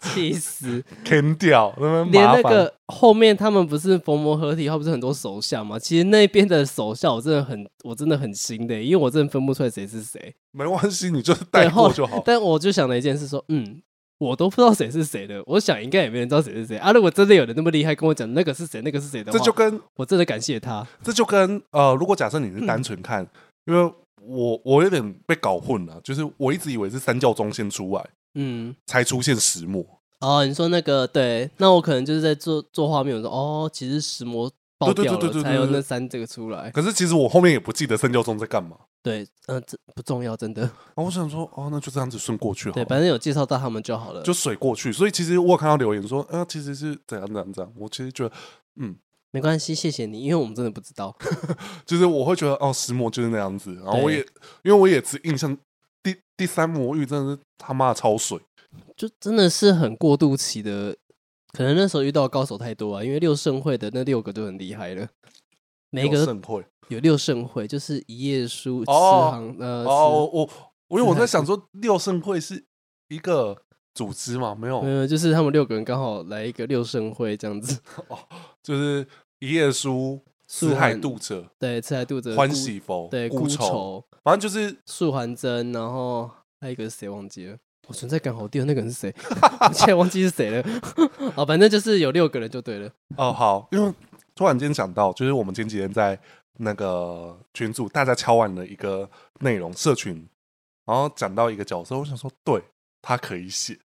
[SPEAKER 2] 气死！
[SPEAKER 1] 天掉，那么
[SPEAKER 2] 连
[SPEAKER 1] 麻
[SPEAKER 2] 那
[SPEAKER 1] 烦。
[SPEAKER 2] 个后面他们不是逢魔合体，他不是很多手下吗？其实那边的手下我真的很，我真的很心累，因为我真的分不出来谁是谁。
[SPEAKER 1] 没关系，你就是
[SPEAKER 2] 对，
[SPEAKER 1] 带
[SPEAKER 2] 后
[SPEAKER 1] 过就好。
[SPEAKER 2] 但我就想了一件事，说，嗯，我都不知道谁是谁的，我想应该也没人知道谁是谁啊。如果真的有人那么厉害跟我讲那个是谁，那个是谁的话，
[SPEAKER 1] 这就跟
[SPEAKER 2] 我真的感谢他。
[SPEAKER 1] 这就跟呃，如果假设你是单纯看，因为我我有点被搞混了，就是我一直以为是三教中先出来
[SPEAKER 2] 嗯，
[SPEAKER 1] 才出现石墨，
[SPEAKER 2] 哦，你说那个对，那我可能就是在做做画面，我说哦，其实石魔爆
[SPEAKER 1] 对对
[SPEAKER 2] 掉
[SPEAKER 1] 对对
[SPEAKER 2] 了，
[SPEAKER 1] 对
[SPEAKER 2] 才
[SPEAKER 1] 对
[SPEAKER 2] 有
[SPEAKER 1] 对
[SPEAKER 2] 那三这个出来。
[SPEAKER 1] 可是其实我后面也不记得三教中在干嘛。
[SPEAKER 2] 对，嗯，这不重要，真的。
[SPEAKER 1] 然后我想说，哦，那就这样子顺过去好
[SPEAKER 2] 对，
[SPEAKER 1] 了。
[SPEAKER 2] 反正有介绍到他们就好了，
[SPEAKER 1] 就水过去。所以其实我有看到留言说，啊，其实是怎样怎样怎样。我其实觉得，嗯，
[SPEAKER 2] 没关系，谢谢你，因为我们真的不知道。
[SPEAKER 1] 就是我会觉得，哦，石魔就是那样子。然后我
[SPEAKER 2] 对
[SPEAKER 1] 也因为我也只印象第第三魔域真的是他妈的超水，
[SPEAKER 2] 就真的是很过渡期的，可能那时候遇到的高手太多啊，因为六圣会的那六个都很厉害了，每一
[SPEAKER 1] 有
[SPEAKER 2] 个都
[SPEAKER 1] 盛会。
[SPEAKER 2] 有六圣会，就是一页书、四
[SPEAKER 1] 哦
[SPEAKER 2] 行呃，
[SPEAKER 1] 哦，
[SPEAKER 2] 哦、
[SPEAKER 1] 我我我因为我在想说，六盛会是一个组织嘛，没有
[SPEAKER 2] 没，有，就是他们六个人刚好来一个六胜会这样子。
[SPEAKER 1] 就是一页书、四海
[SPEAKER 2] 环
[SPEAKER 1] 渡者、
[SPEAKER 2] 对，吃来肚子
[SPEAKER 1] 欢喜佛、
[SPEAKER 2] 对
[SPEAKER 1] 孤
[SPEAKER 2] 孤
[SPEAKER 1] 愁，
[SPEAKER 2] 愁
[SPEAKER 1] 反正就是
[SPEAKER 2] 素还真，然后还有一个是谁忘记了。我存在感好低哦，那个人是谁？ 我现在忘记是谁了。 哦，反正就是有六个人就对了。
[SPEAKER 1] 哦，好，因为突然间想到，就是我们前几天在那个群组大家敲完了一个内容社群，然后讲到一个角色，我想说，对他可以写，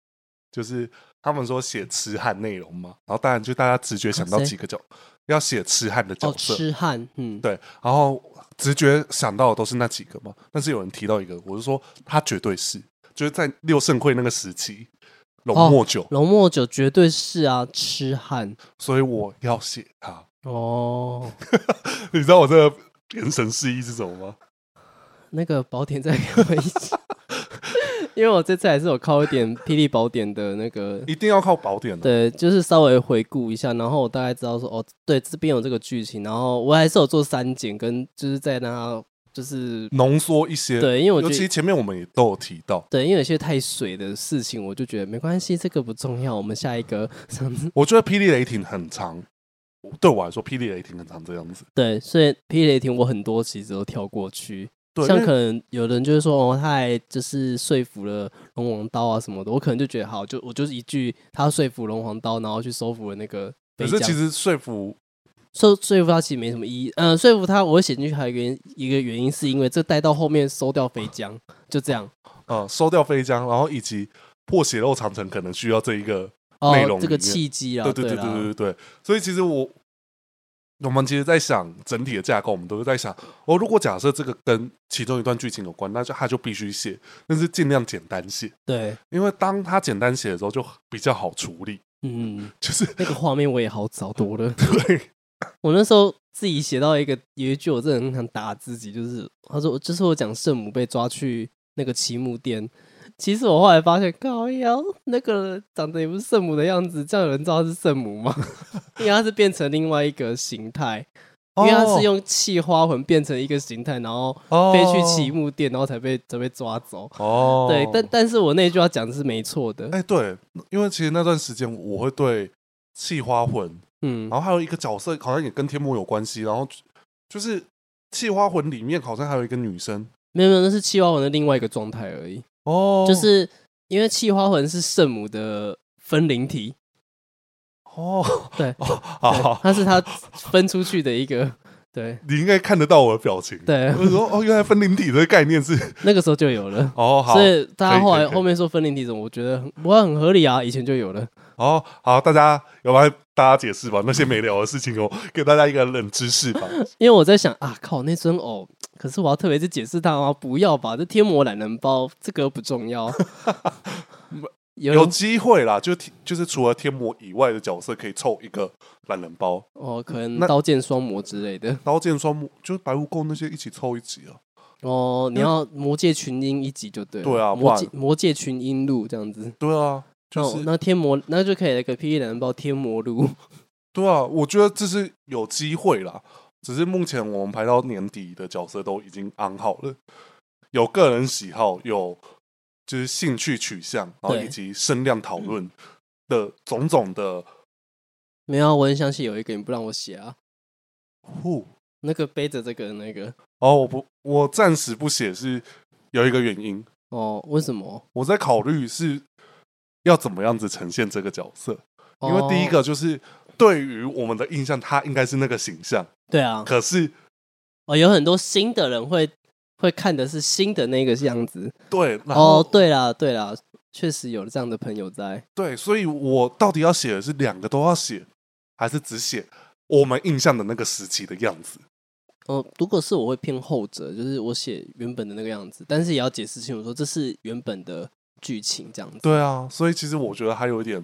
[SPEAKER 1] 就是他们说写痴汉内容嘛，然后当然就大家直觉想到
[SPEAKER 2] 啊谁
[SPEAKER 1] 几个角，要写痴汉的角
[SPEAKER 2] 哦，
[SPEAKER 1] 色，
[SPEAKER 2] 痴汉，嗯，
[SPEAKER 1] 对，然后直觉想到的都是那几个嘛，但是有人提到一个，我是说他绝对是，就是在六盛会那个时期，龙
[SPEAKER 2] 哦
[SPEAKER 1] 墨酒，
[SPEAKER 2] 龙墨酒绝对是啊，痴汉。
[SPEAKER 1] 所以我要写他。
[SPEAKER 2] 哦，
[SPEAKER 1] 你知道我这个眼神示意是什么吗？
[SPEAKER 2] 那个宝典再给我一次， 因为我这次还是有靠一点霹雳宝典的那个
[SPEAKER 1] 一定要靠宝典啊的、
[SPEAKER 2] 对，就是稍微回顾一下，然后我大概知道说，哦，对，这边有这个剧情，然后我还是有做删减跟就是在让它就是
[SPEAKER 1] 浓缩一些。，
[SPEAKER 2] 对，因为我
[SPEAKER 1] 嗯尤
[SPEAKER 2] 觉
[SPEAKER 1] 其
[SPEAKER 2] 得
[SPEAKER 1] 前面我们也都有提到，
[SPEAKER 2] 对，因为有些太水的事情，我就觉得没关系，这个不重要，我们下一个这样子。
[SPEAKER 1] 我觉得《霹雳雷霆》很长，对我来说，《霹雳雷霆》很长这样子。
[SPEAKER 2] 对，所以《霹雳雷霆》我很多其实都跳过去，
[SPEAKER 1] 对，
[SPEAKER 2] 像
[SPEAKER 1] 因为
[SPEAKER 2] 可能有人就是说，哦，他还就是说服了龙王刀啊什么的，我可能就觉得好，就我就是一句他说服龙王刀，然后去收服了那个
[SPEAKER 1] 可
[SPEAKER 2] 北
[SPEAKER 1] 是
[SPEAKER 2] 疆
[SPEAKER 1] 其实说服
[SPEAKER 2] 说说服他其实没什么意义。嗯、说服他我会写进去还有一个原一个原因，是因为这带到后面收掉肥姜，就这样。
[SPEAKER 1] 呃收掉飞将，然后以及破血肉长城可能需要这一个，
[SPEAKER 2] 哦
[SPEAKER 1] 内容，
[SPEAKER 2] 这个
[SPEAKER 1] 里面
[SPEAKER 2] 契机啊，
[SPEAKER 1] 对对对
[SPEAKER 2] 啦
[SPEAKER 1] 对对对。所以其实我我们其实，在想整体的架构，我们都是在想，哦，如果假设这个跟其中一段剧情有关，那就他就必须写，但是尽量简单写。
[SPEAKER 2] 对，
[SPEAKER 1] 因为当他简单写的时候，就比较好处理，
[SPEAKER 2] 嗯，
[SPEAKER 1] 就是
[SPEAKER 2] 那个画面我也好找多了。
[SPEAKER 1] 对
[SPEAKER 2] 我那时候自己写到一个有一句，我真的很想打自己，就是他说，就是我讲圣母被抓去那个奇木店。其实我后来发现，高瑶那个长得也不是圣母的样子，这样有人知道他是圣母吗？ 因为他是变成另外一个形态，因为
[SPEAKER 1] 哦
[SPEAKER 2] 他是用气花魂变成一个形态，然后飞去奇木店，然后才被才被抓走。
[SPEAKER 1] 哦，
[SPEAKER 2] 对，但但是我那句要讲的是没错的。
[SPEAKER 1] 哎、对，因为其实那段时间我会对气花魂，
[SPEAKER 2] 嗯
[SPEAKER 1] 然，后还有一个角色好像也跟天幕有关系，然后就就是气花魂里面好像还有一个女生
[SPEAKER 2] 没有没有，那是气花魂的另外一个状态而已。
[SPEAKER 1] 哦，
[SPEAKER 2] 就是因为气花魂是圣母的分灵体，
[SPEAKER 1] 哦，
[SPEAKER 2] 对
[SPEAKER 1] 哦，
[SPEAKER 2] 对
[SPEAKER 1] 好，
[SPEAKER 2] 它是它分出去的一个， 对
[SPEAKER 1] 你应该看得到我的表情，
[SPEAKER 2] 对
[SPEAKER 1] 我，就说哦，原来分灵体的概念是
[SPEAKER 2] 那个时候就有了。
[SPEAKER 1] 哦，好
[SPEAKER 2] 所，以大
[SPEAKER 1] 可以
[SPEAKER 2] 家后
[SPEAKER 1] 可以
[SPEAKER 2] 来
[SPEAKER 1] 可以
[SPEAKER 2] 后面说分灵体怎么，我觉得很不过很合理啊，以前就有了。
[SPEAKER 1] 哦，好，大家要不然大家解释吧，那些没聊的事情哦， 给大家一个冷知识吧。
[SPEAKER 2] 因为我在想啊，靠那尊偶，可是我要特别去解释它吗？不要吧，这天魔懒人包这个不重 要。 有
[SPEAKER 1] 有
[SPEAKER 2] 人
[SPEAKER 1] 机会啦，就天就是除了天魔以外的角色可以凑一个懒人包，
[SPEAKER 2] 哦，可能
[SPEAKER 1] 那
[SPEAKER 2] 刀剑双魔之类的
[SPEAKER 1] 刀剑双魔就是白无垢那些一起凑一集啊。
[SPEAKER 2] 哦。你要魔界群英一集就对了，
[SPEAKER 1] 对啊不
[SPEAKER 2] 魔
[SPEAKER 1] 然
[SPEAKER 2] 界魔界群英录这样子。
[SPEAKER 1] 对啊，就
[SPEAKER 2] 那
[SPEAKER 1] 是、
[SPEAKER 2] 那天魔那就可以来个 P E 懒人包天魔录，
[SPEAKER 1] 对啊，我觉得这是有机会啦。只是目前我们排到年底的角色都已经安好了，有个人喜好，有就是兴趣取向，然后
[SPEAKER 2] 对嗯
[SPEAKER 1] 以及声量讨论的种种的
[SPEAKER 2] 没有啊，我很想写有一个你不让我写啊，
[SPEAKER 1] 互
[SPEAKER 2] 那个背着这个的那个
[SPEAKER 1] 哦，我不，我暂时不写是有一个原因，
[SPEAKER 2] 哦，为什么？
[SPEAKER 1] 我在考虑是要怎么样子呈现这个角色，因为第一
[SPEAKER 2] 哦
[SPEAKER 1] 个就是对于我们的印象，他应该是那个形象，
[SPEAKER 2] 对啊，
[SPEAKER 1] 可是
[SPEAKER 2] 哦，有很多新的人会会看的是新的那个样子
[SPEAKER 1] 对，然后、
[SPEAKER 2] 哦，对啦对啦，确实有这样的朋友在，
[SPEAKER 1] 对，所以我到底要写的是两个都要写，还是只写我们印象的那个时期的样子？
[SPEAKER 2] 哦，如果是我会偏后者，就是我写原本的那个样子，但是也要解释清楚说这是原本的剧情这样子
[SPEAKER 1] 对啊，所以其实我觉得还有一点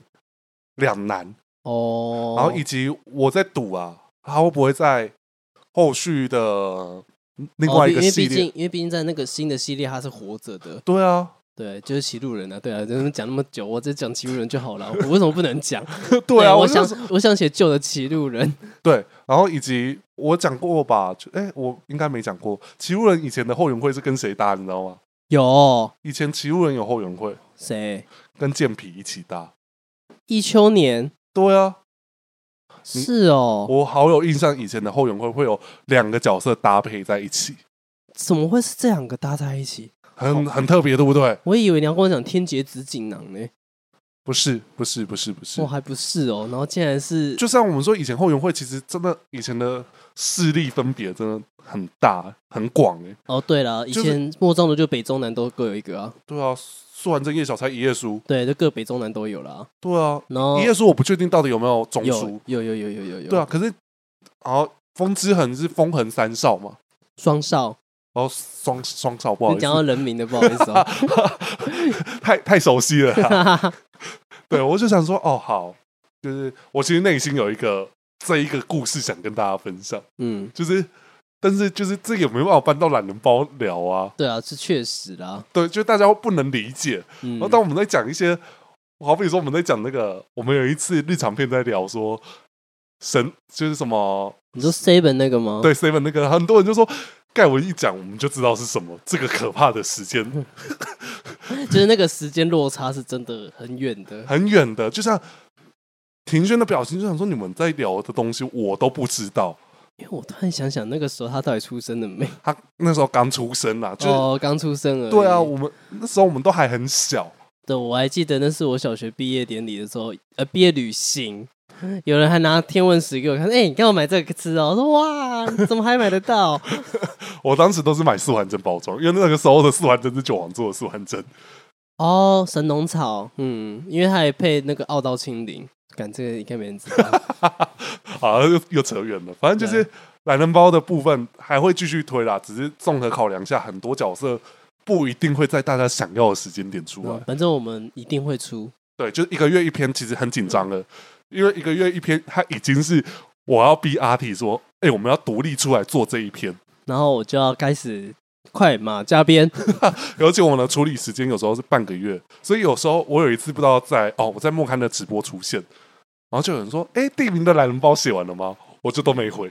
[SPEAKER 1] 两难，
[SPEAKER 2] 哦，
[SPEAKER 1] 然后以及我在赌啊，他会不会在后续的另
[SPEAKER 2] 哦
[SPEAKER 1] 外一
[SPEAKER 2] 因
[SPEAKER 1] 个
[SPEAKER 2] 为
[SPEAKER 1] 系
[SPEAKER 2] 毕
[SPEAKER 1] 列？
[SPEAKER 2] 竟因为毕竟在那个新的系列它是活着的，
[SPEAKER 1] 对啊，
[SPEAKER 2] 对，就是骑路人啊，对啊，就是讲那么久，我只讲骑路人就好了，我为什么不能讲？
[SPEAKER 1] 对啊，
[SPEAKER 2] 我
[SPEAKER 1] 就
[SPEAKER 2] 想
[SPEAKER 1] 是
[SPEAKER 2] 我想写旧的骑路人，
[SPEAKER 1] 对，然后以及我讲过吧，就哎、我应该没讲过，齐物人以前的后援会是跟谁搭，你知道吗？
[SPEAKER 2] 有
[SPEAKER 1] 以前齐物人有后援会，
[SPEAKER 2] 谁？
[SPEAKER 1] 跟健脾一起搭。
[SPEAKER 2] 一秋年
[SPEAKER 1] 对啊，你
[SPEAKER 2] 是哦，
[SPEAKER 1] 我好有印象，以前的后援会会有两个角色搭配在一起，
[SPEAKER 2] 怎么会是这两个搭在一起？
[SPEAKER 1] 很很特别，对不对？
[SPEAKER 2] 我以为你要跟我讲天劫紫锦囊呢，
[SPEAKER 1] 不是，不是，不是，不是
[SPEAKER 2] 我。还不是哦，然后竟然是
[SPEAKER 1] 就像我们说，以前后援会其实真的以前的势力分别真的很大很广欸诶、
[SPEAKER 2] 哦，对了，以
[SPEAKER 1] 就是
[SPEAKER 2] 前莫中的就北中南都各有一个啊，
[SPEAKER 1] 对啊，苏完正、叶小钗、一页书，
[SPEAKER 2] 对，就各北中南都有啦。
[SPEAKER 1] 对啊，
[SPEAKER 2] 然后
[SPEAKER 1] 一页书我不确定到底有没有中
[SPEAKER 2] 哦有
[SPEAKER 1] 书，
[SPEAKER 2] 有有有有有有，
[SPEAKER 1] 对啊，，可是然后风之痕是风痕三少嘛，
[SPEAKER 2] 双少，
[SPEAKER 1] 然后双双少不好
[SPEAKER 2] 你
[SPEAKER 1] 意
[SPEAKER 2] 讲到
[SPEAKER 1] 思，
[SPEAKER 2] 人名的不好意思哦，
[SPEAKER 1] 太太熟悉了啦、
[SPEAKER 2] 哈 哈哈
[SPEAKER 1] 对，我就想说，哦，好，就是我其实内心有一个这一个故事想跟大家分享，
[SPEAKER 2] 嗯，
[SPEAKER 1] 就是，但是就是这也没办法搬到懒人包聊啊，
[SPEAKER 2] 对啊，是确实啦，
[SPEAKER 1] 对，就大家不能理解。
[SPEAKER 2] 嗯
[SPEAKER 1] 然后，当我们在讲一些，好比说我们在讲那个，我们有一次日常片在聊说神就是什么，
[SPEAKER 2] 你说 seven 那个吗？，
[SPEAKER 1] 对 seven 那个，很多人就说。盖文一讲，我们就知道是什么这个可怕的时间，
[SPEAKER 2] 就是那个时间落差是真的很远的，
[SPEAKER 1] 很远的，就像庭轩的表情，就想说你们在聊的东西我都不知道。
[SPEAKER 2] 因为我突然想想那个时候他到底出生了没？
[SPEAKER 1] 他那时候刚出生啦，就是、
[SPEAKER 2] 哦，刚出生而已。
[SPEAKER 1] 对啊，我们那时候我们都还很小，
[SPEAKER 2] 对，我还记得那是我小学毕业典礼的时候，呃，毕业旅行，有人还拿天文石给我看，哎、你给我买这个吃哦。我说哇，你怎么还买得到？
[SPEAKER 1] 我当时都是买四环针包装，因为那个时候的四环针是九王做的四环针，
[SPEAKER 2] 哦，神农草，嗯，因为它也配那个奥道青灵，感这个应该没人知 道。
[SPEAKER 1] 啊，又又扯远了。反正就是懒人包的部分还会继续推啦，只是综合考量下，很多角色不一定会在大家想要的时间点出来。
[SPEAKER 2] 嗯反正我们一定会出，
[SPEAKER 1] 对，就是一个月一篇，其实很紧张了，因为一个月一篇，它已经是我要逼阿体说，哎、我们要独立出来做这一篇。
[SPEAKER 2] 然后我就要开始快马加鞭。
[SPEAKER 1] 而且我呢处理时间有时候是半个月，所以有时候我有一次不知道在哦，我在莫刊的直播出现，然后就有人说：“哎、地名的懒人包写完了吗？” 我就都没回，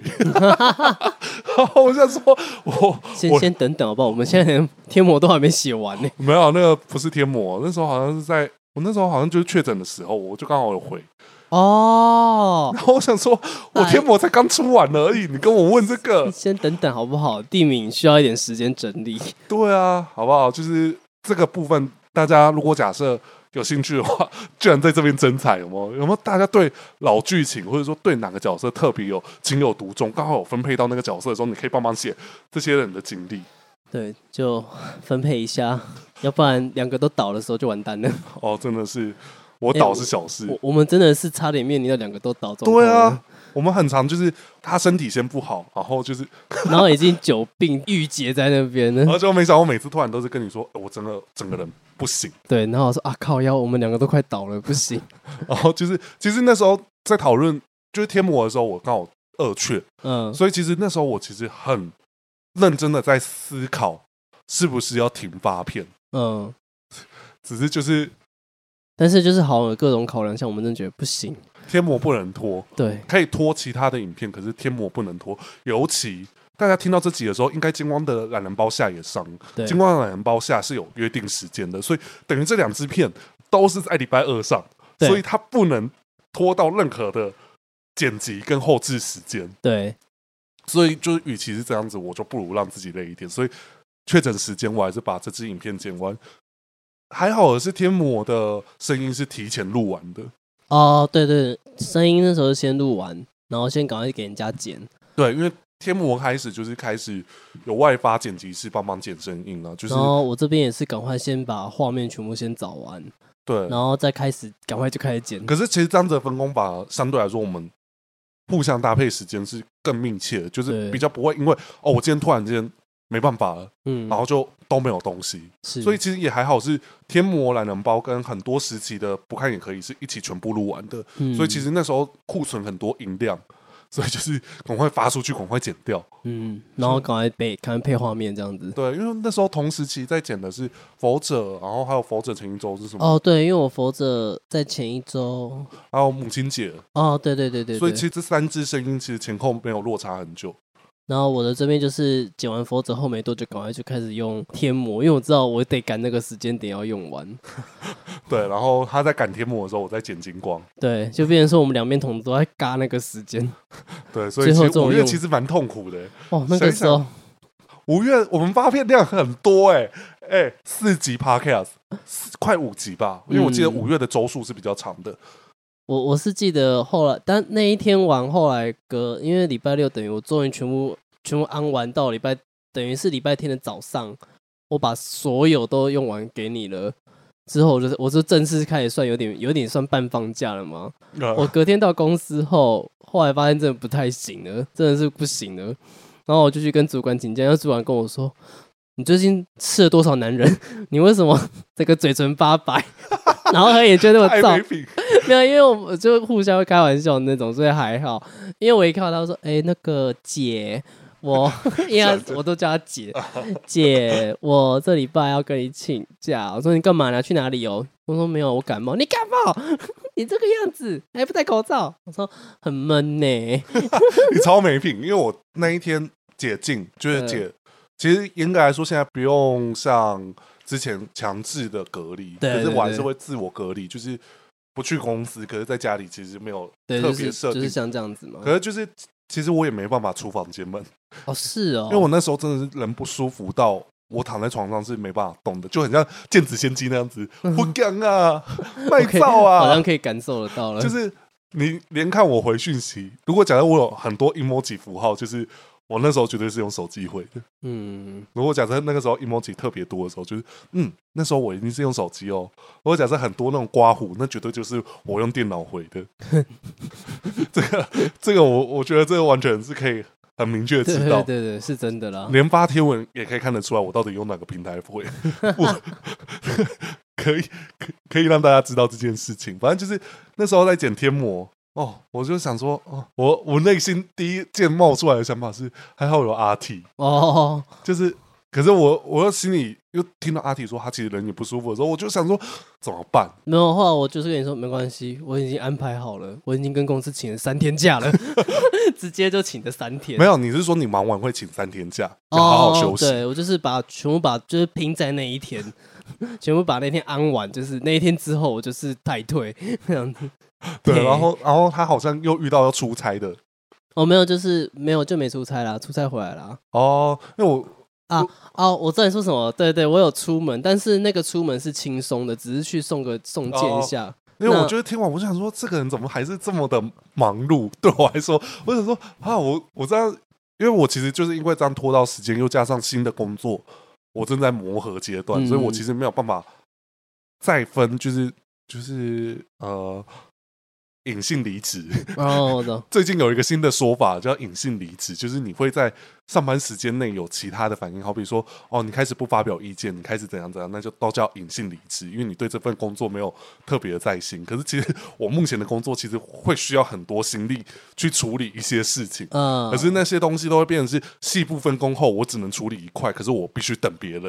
[SPEAKER 1] 然后我就说：“我
[SPEAKER 2] 先
[SPEAKER 1] 我
[SPEAKER 2] 先等等好不好？我们现在连天魔都还没写完呢。
[SPEAKER 1] 没有啊那个不是天魔，那时候好像是在我那时候好像就是确诊的时候，我就刚好有回。
[SPEAKER 2] 哦，
[SPEAKER 1] 然后我想说，我天魔才刚出完而已，你跟我问这个？
[SPEAKER 2] 先等等好不好？地名需要一点时间整理。
[SPEAKER 1] 对啊，好不好？就是这个部分，大家如果假设有兴趣的话， 居然在这边征彩，有没有？有没有大家对老剧情或者说对哪个角色特别有情有独钟，刚好有分配到那个角色的时候，你可以帮忙写这些人的经历
[SPEAKER 2] 对，就分配一下，要不然两个都倒的时候就完蛋了。
[SPEAKER 1] 哦，真的是我
[SPEAKER 2] 哎
[SPEAKER 1] 倒
[SPEAKER 2] 我
[SPEAKER 1] 是小事，
[SPEAKER 2] 我我们真的是差点面临到两个都倒状况
[SPEAKER 1] 对啊
[SPEAKER 2] 了，。
[SPEAKER 1] 我们很常就是他身体先不好，然后就是，
[SPEAKER 2] 然后已经久病郁结在那边了
[SPEAKER 1] 然。后就没想到每次突然都是跟你说，哎我真的整个人不行，
[SPEAKER 2] 对，然后我说啊靠腰，我们两个都快倒了，不行。
[SPEAKER 1] 然后就是其实那时候在讨论就是天魔的时候，我刚好二缺，
[SPEAKER 2] 嗯，
[SPEAKER 1] 所以其实那时候我其实很认真的在思考，是不是要停发片，
[SPEAKER 2] 嗯，
[SPEAKER 1] 只是就是
[SPEAKER 2] 但是就是好像有各种考量下，我们真的觉得不行。
[SPEAKER 1] 天魔不能拖，
[SPEAKER 2] 对，
[SPEAKER 1] 可以拖其他的影片，可是天魔不能拖。尤其大家听到这集的时候，应该金光的懒人包下也上，
[SPEAKER 2] 对
[SPEAKER 1] 金光的懒人包下是有约定时间的，所以等于这两支片都是在礼拜二上，
[SPEAKER 2] 对
[SPEAKER 1] 所以它不能拖到任何的剪辑跟后置时间。
[SPEAKER 2] 对，
[SPEAKER 1] 所以就是，与其是这样子，我就不如让自己累一点。所以确诊时间，我还是把这支影片剪完。还好的是天魔的声音是提前录完的，
[SPEAKER 2] 哦，对对，声音那时候先录完，然后先赶快给人家剪。
[SPEAKER 1] 对，因为天魔开始就是开始有外发剪辑师帮忙剪声音了，就是
[SPEAKER 2] 然后我这边也是赶快先把画面全部先找完，
[SPEAKER 1] 对。
[SPEAKER 2] 然后再开始赶快就开始剪。
[SPEAKER 1] 可是其实这样子的分工法，相对来说我们互相搭配时间是更密切的，就是
[SPEAKER 2] 对
[SPEAKER 1] 比较不会因为哦，我今天突然间没办法了，
[SPEAKER 2] 嗯，
[SPEAKER 1] 然后就都没有东西。
[SPEAKER 2] 是，
[SPEAKER 1] 所以其实也还好，是天魔懒人包跟很多时期的不看也可以是一起全部录完的，
[SPEAKER 2] 嗯
[SPEAKER 1] 所以其实那时候库存很多音量， 所以就是赶快发出去，赶快剪掉。
[SPEAKER 2] 嗯，然后赶快配，赶快配画面这样子。
[SPEAKER 1] 对，因为那时候同时期在剪的是《佛者》，然后还有《佛者前一周》是什么，
[SPEAKER 2] 哦，对，因为我佛者在前一周，
[SPEAKER 1] 还有《母亲节
[SPEAKER 2] 哦，对对对对，
[SPEAKER 1] 所以
[SPEAKER 2] 对
[SPEAKER 1] 其实这三支声音其实前后没有落差很久。
[SPEAKER 2] 然后我的这边就是剪完佛子后没多久，赶快就开始用贴膜，因为我知道我得赶那个时间点要用完。哦
[SPEAKER 1] 对，然后他在赶天幕的时候，我在剪金光，
[SPEAKER 2] 对，就变成说我们两边同都在嘎那个时间。
[SPEAKER 1] 对，所以
[SPEAKER 2] 最后
[SPEAKER 1] 其
[SPEAKER 2] 这
[SPEAKER 1] 实
[SPEAKER 2] 种
[SPEAKER 1] 五月
[SPEAKER 2] 用
[SPEAKER 1] 其实蛮痛苦的。
[SPEAKER 2] 哦，那个时候
[SPEAKER 1] 五月我们发片量很多 哎、哎、四集 podcast 四快五集吧，因为我记得
[SPEAKER 2] 嗯
[SPEAKER 1] 五月的周数是比较长的。
[SPEAKER 2] 我我是记得后来，但那一天完后来隔，因为礼拜六等于我终于全部全部安完到礼拜，等于是礼拜天的早上，我把所有都用完给你了。之后我就是我就正式开始算有点有点算半放假了嘛。
[SPEAKER 1] 呃
[SPEAKER 2] 我隔天到公司后，后来发现真的不太行了，真的是不行了。然后我就去跟主管请假，然后主管跟我说：“你最近吃了多少男人？ 你为什么这个嘴唇发白？” 然后他也觉得我
[SPEAKER 1] 太
[SPEAKER 2] 造
[SPEAKER 1] 没品，
[SPEAKER 2] 没有，因为我们就互相会开玩笑的那种，所以还好。因为我一看到他说：“哎、那个姐， 我因为他我都叫他姐姐，我这礼拜要跟你请假。”我说：“你干嘛呢？你要去哪里哦？”我说：“没有，我感冒。”你感冒？ 你这个样子还不戴口罩？我说：“很闷呢、
[SPEAKER 1] 你超没品，因为我那一天解禁，就是解，其实严格来说，现在不用像之前强制的隔离，
[SPEAKER 2] 对
[SPEAKER 1] 可
[SPEAKER 2] 对
[SPEAKER 1] 是我还
[SPEAKER 2] 对
[SPEAKER 1] 是会自我隔离，就是不去公司，可是在家里其实没有
[SPEAKER 2] 对，
[SPEAKER 1] 特
[SPEAKER 2] 就
[SPEAKER 1] 别
[SPEAKER 2] 是
[SPEAKER 1] 设
[SPEAKER 2] 就
[SPEAKER 1] 定，
[SPEAKER 2] 是像这样子嘛。
[SPEAKER 1] 可是就是其实我也没办法出房间门，
[SPEAKER 2] 哦，是哦，
[SPEAKER 1] 因为我那时候真的是人不舒服到。我躺在床上是没办法动的，就很像剑指仙姬那样子，不干 啊，卖
[SPEAKER 2] 嗯 OK，
[SPEAKER 1] 照啊，
[SPEAKER 2] 好像可以感受得到了，
[SPEAKER 1] 就是你连看我回讯息，如果假设我有很多 emoji 符号，就是我那时候绝对是用手机回的。
[SPEAKER 2] 嗯，
[SPEAKER 1] 如果假设那个时候 emoji 特别多的时候，就是嗯，那时候我一定是用手机哦。如果假设很多那种刮胡，那绝对就是我用电脑回 的。这个这个我我觉得这个完全是可以很明确地
[SPEAKER 2] 对
[SPEAKER 1] 知
[SPEAKER 2] 对
[SPEAKER 1] 道。
[SPEAKER 2] 对对，是真的啦。
[SPEAKER 1] 连发贴文也可以看得出来，我到底用哪个平台回，我可以可可以让大家知道这件事情。反正就是那时候在剪贴膜哦，我就想说哦，我我内心第一件冒出来的想法是，还好有阿 T，
[SPEAKER 2] 哦，
[SPEAKER 1] 就是可是我我又心里又听到阿 T 说他其实人也不舒服的时候，我就想说怎么办？
[SPEAKER 2] 没有的话，我就是跟你说没关系，我已经安排好了，我已经跟公司请了三天假了， 直接就请了三天。
[SPEAKER 1] 没
[SPEAKER 2] 有，
[SPEAKER 1] 有，你是说你忙完会请三天假，要好好
[SPEAKER 2] 哦
[SPEAKER 1] 休息？
[SPEAKER 2] 对我就是把全部把就是拼在那一天，全部把那天安完，就是那一天之后我就是代退这样子。
[SPEAKER 1] 对，然后然后他好像又遇到要出差的
[SPEAKER 2] 哦，没有，就是没有就没出差啦，出差回来啦。
[SPEAKER 1] 哦，因为我
[SPEAKER 2] 哦，我知道你说什么，对对，我有出门，但是那个出门是轻松的，只是去送个送件一下。
[SPEAKER 1] 因为
[SPEAKER 2] 那
[SPEAKER 1] 我觉得听完，我就想说，这个人怎么还是这么的忙碌？对我来说，我想说啊，我我这样，因为我其实就是因为这样拖到时间，又加上新的工作，我正在磨合阶段，
[SPEAKER 2] 嗯
[SPEAKER 1] 所以我其实没有办法再分，就是就是呃，隐性离职。
[SPEAKER 2] 哦，我懂，
[SPEAKER 1] 最近有一个新的说法叫隐性离职，就是你会在上班时间内有其他的反应，好比说哦，你开始不发表意见，你开始怎样怎样，那就都叫隐性离职，因为你对这份工作没有特别的在心。可是其实我目前的工作其实会需要很多心力去处理一些事情。
[SPEAKER 2] 嗯，
[SPEAKER 1] 可是那些东西都会变成是细部分工后，我只能处理一块，可是我必须等别人，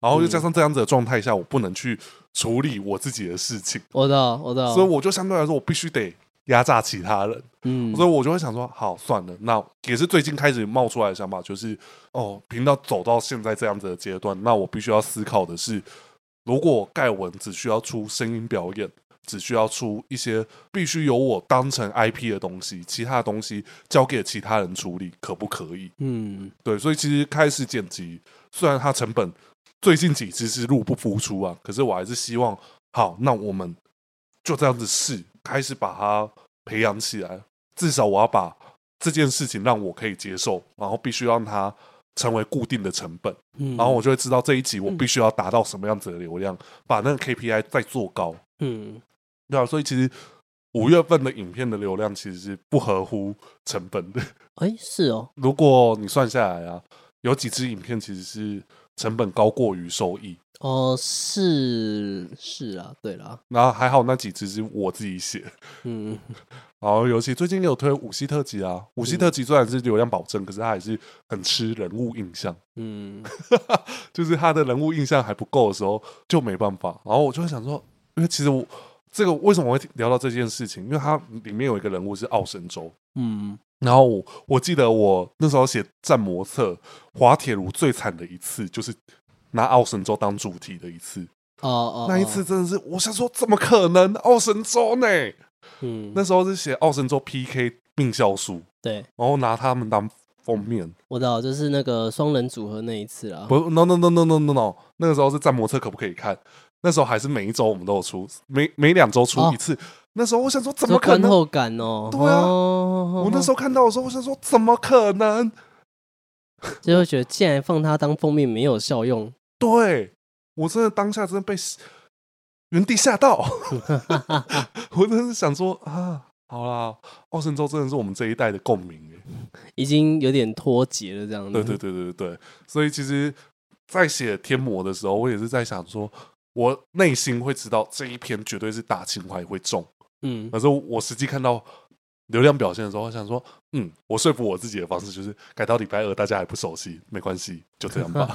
[SPEAKER 1] 然后又加上这样子的状态下，我不能去处理我自己的事情，
[SPEAKER 2] 我懂，我懂，
[SPEAKER 1] 所以我就相对来说，我必须得压榨其他人。
[SPEAKER 2] 嗯，
[SPEAKER 1] 所以我就会想说，好，算了，那也是最近开始冒出来的想法，就是哦，频道走到现在这样子的阶段，那我必须要思考的是，如果盖文只需要出声音表演，只需要出一些必须由我当成 IP 的东西，其他的东西交给其他人处理，可不可以？
[SPEAKER 2] 嗯，
[SPEAKER 1] 对，所以其实开始剪辑，虽然它成本最近几支是入不敷出啊，可是我还是希望，好，那我们就这样子试，开始把它培养起来。至少我要把这件事情让我可以接受，然后必须让它成为固定的成本，
[SPEAKER 2] 嗯，
[SPEAKER 1] 然后我就会知道这一集我必须要达到什么样子的流量，把那个 KPI 再做高。
[SPEAKER 2] 嗯。
[SPEAKER 1] 对啊，所以其实五月份的影片的流量其实是不合乎成本的。
[SPEAKER 2] 哎，是哦，
[SPEAKER 1] 如果你算下来啊，有几支影片其实是成本高过于收益。
[SPEAKER 2] 哦，是是啊，对啦，
[SPEAKER 1] 然后还好那几支是我自己写，
[SPEAKER 2] 嗯，
[SPEAKER 1] 然后尤其最近也有推五系特辑啊，五系特辑虽然是流量保证，可是它还是很吃人物印象，
[SPEAKER 2] 嗯，
[SPEAKER 1] 就是它的人物印象还不够的时候就没办法。然后我就会想说，因为其实我这个为什么我会聊到这件事情？因为它里面有一个人物是奥神州，
[SPEAKER 2] 嗯，
[SPEAKER 1] 然后我我记得我那时候写战模册，滑铁卢最惨的一次就是拿奥神州当主题的一次，
[SPEAKER 2] 哦哦，
[SPEAKER 1] 那一
[SPEAKER 2] 哦
[SPEAKER 1] 次，真的是我想说怎么可能奥神州呢？
[SPEAKER 2] 嗯，
[SPEAKER 1] 那时候是写奥神州 PK 命酵素，
[SPEAKER 2] 对，
[SPEAKER 1] 然后拿他们当封面，
[SPEAKER 2] 我知道，就是那个双人组合那一次啦。
[SPEAKER 1] 不，no no no no no no no，那个时候是战模车可不可以看？那时候还是每一周我们都有出，每每两周出一次。那时候我想说，怎么
[SPEAKER 2] 说
[SPEAKER 1] 可
[SPEAKER 2] 哦观
[SPEAKER 1] 能？
[SPEAKER 2] 后感哦？
[SPEAKER 1] 对啊
[SPEAKER 2] 哦
[SPEAKER 1] 我那时候看到的时候，我想说，怎么可能？
[SPEAKER 2] 就会觉得，既然放它当封面没有效用，
[SPEAKER 1] 对我真的当下真的被原地吓到，我真的是想说啊，好啦，奥神州真的是我们这一代的共鸣耶。
[SPEAKER 2] 已经有点脱节了这样子。
[SPEAKER 1] 对对对对对对，所以其实，在写天魔的时候，我也是在想说，我内心会知道这一篇绝对是大情怀会中。
[SPEAKER 2] 嗯，
[SPEAKER 1] 可是我实际看到流量表现的时候，我想说，嗯，我说服我自己的方式就是改到礼拜二，大家还不熟悉，没关系，就这样吧。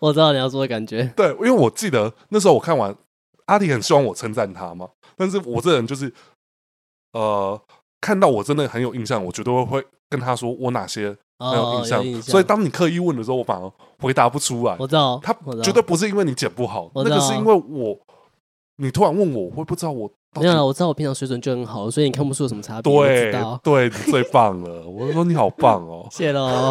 [SPEAKER 2] 我知道你要说的感觉。
[SPEAKER 1] 对，因为我记得那时候我看完，阿迪很希望我称赞他嘛，但是我这人就是，呃，看到我真的很有印象，我绝对会跟他说我哪些
[SPEAKER 2] 哦
[SPEAKER 1] 很有
[SPEAKER 2] 哦，
[SPEAKER 1] 印象。
[SPEAKER 2] 有印象。
[SPEAKER 1] 所以当你刻意问的时候，我反而回答不出来。
[SPEAKER 2] 我知道，
[SPEAKER 1] 他
[SPEAKER 2] 我知道
[SPEAKER 1] 绝对不是因为你剪不好，
[SPEAKER 2] 我
[SPEAKER 1] 那
[SPEAKER 2] 知
[SPEAKER 1] 个
[SPEAKER 2] 道
[SPEAKER 1] 是因为我，你突然问我，我会不知道我到
[SPEAKER 2] 没
[SPEAKER 1] 底
[SPEAKER 2] 有啦，我知道我平常水准就很好，所以你看不出有什么差别。我知
[SPEAKER 1] 对
[SPEAKER 2] 道，
[SPEAKER 1] 对，你最棒了！我说你好棒 哦，
[SPEAKER 2] 谢喽。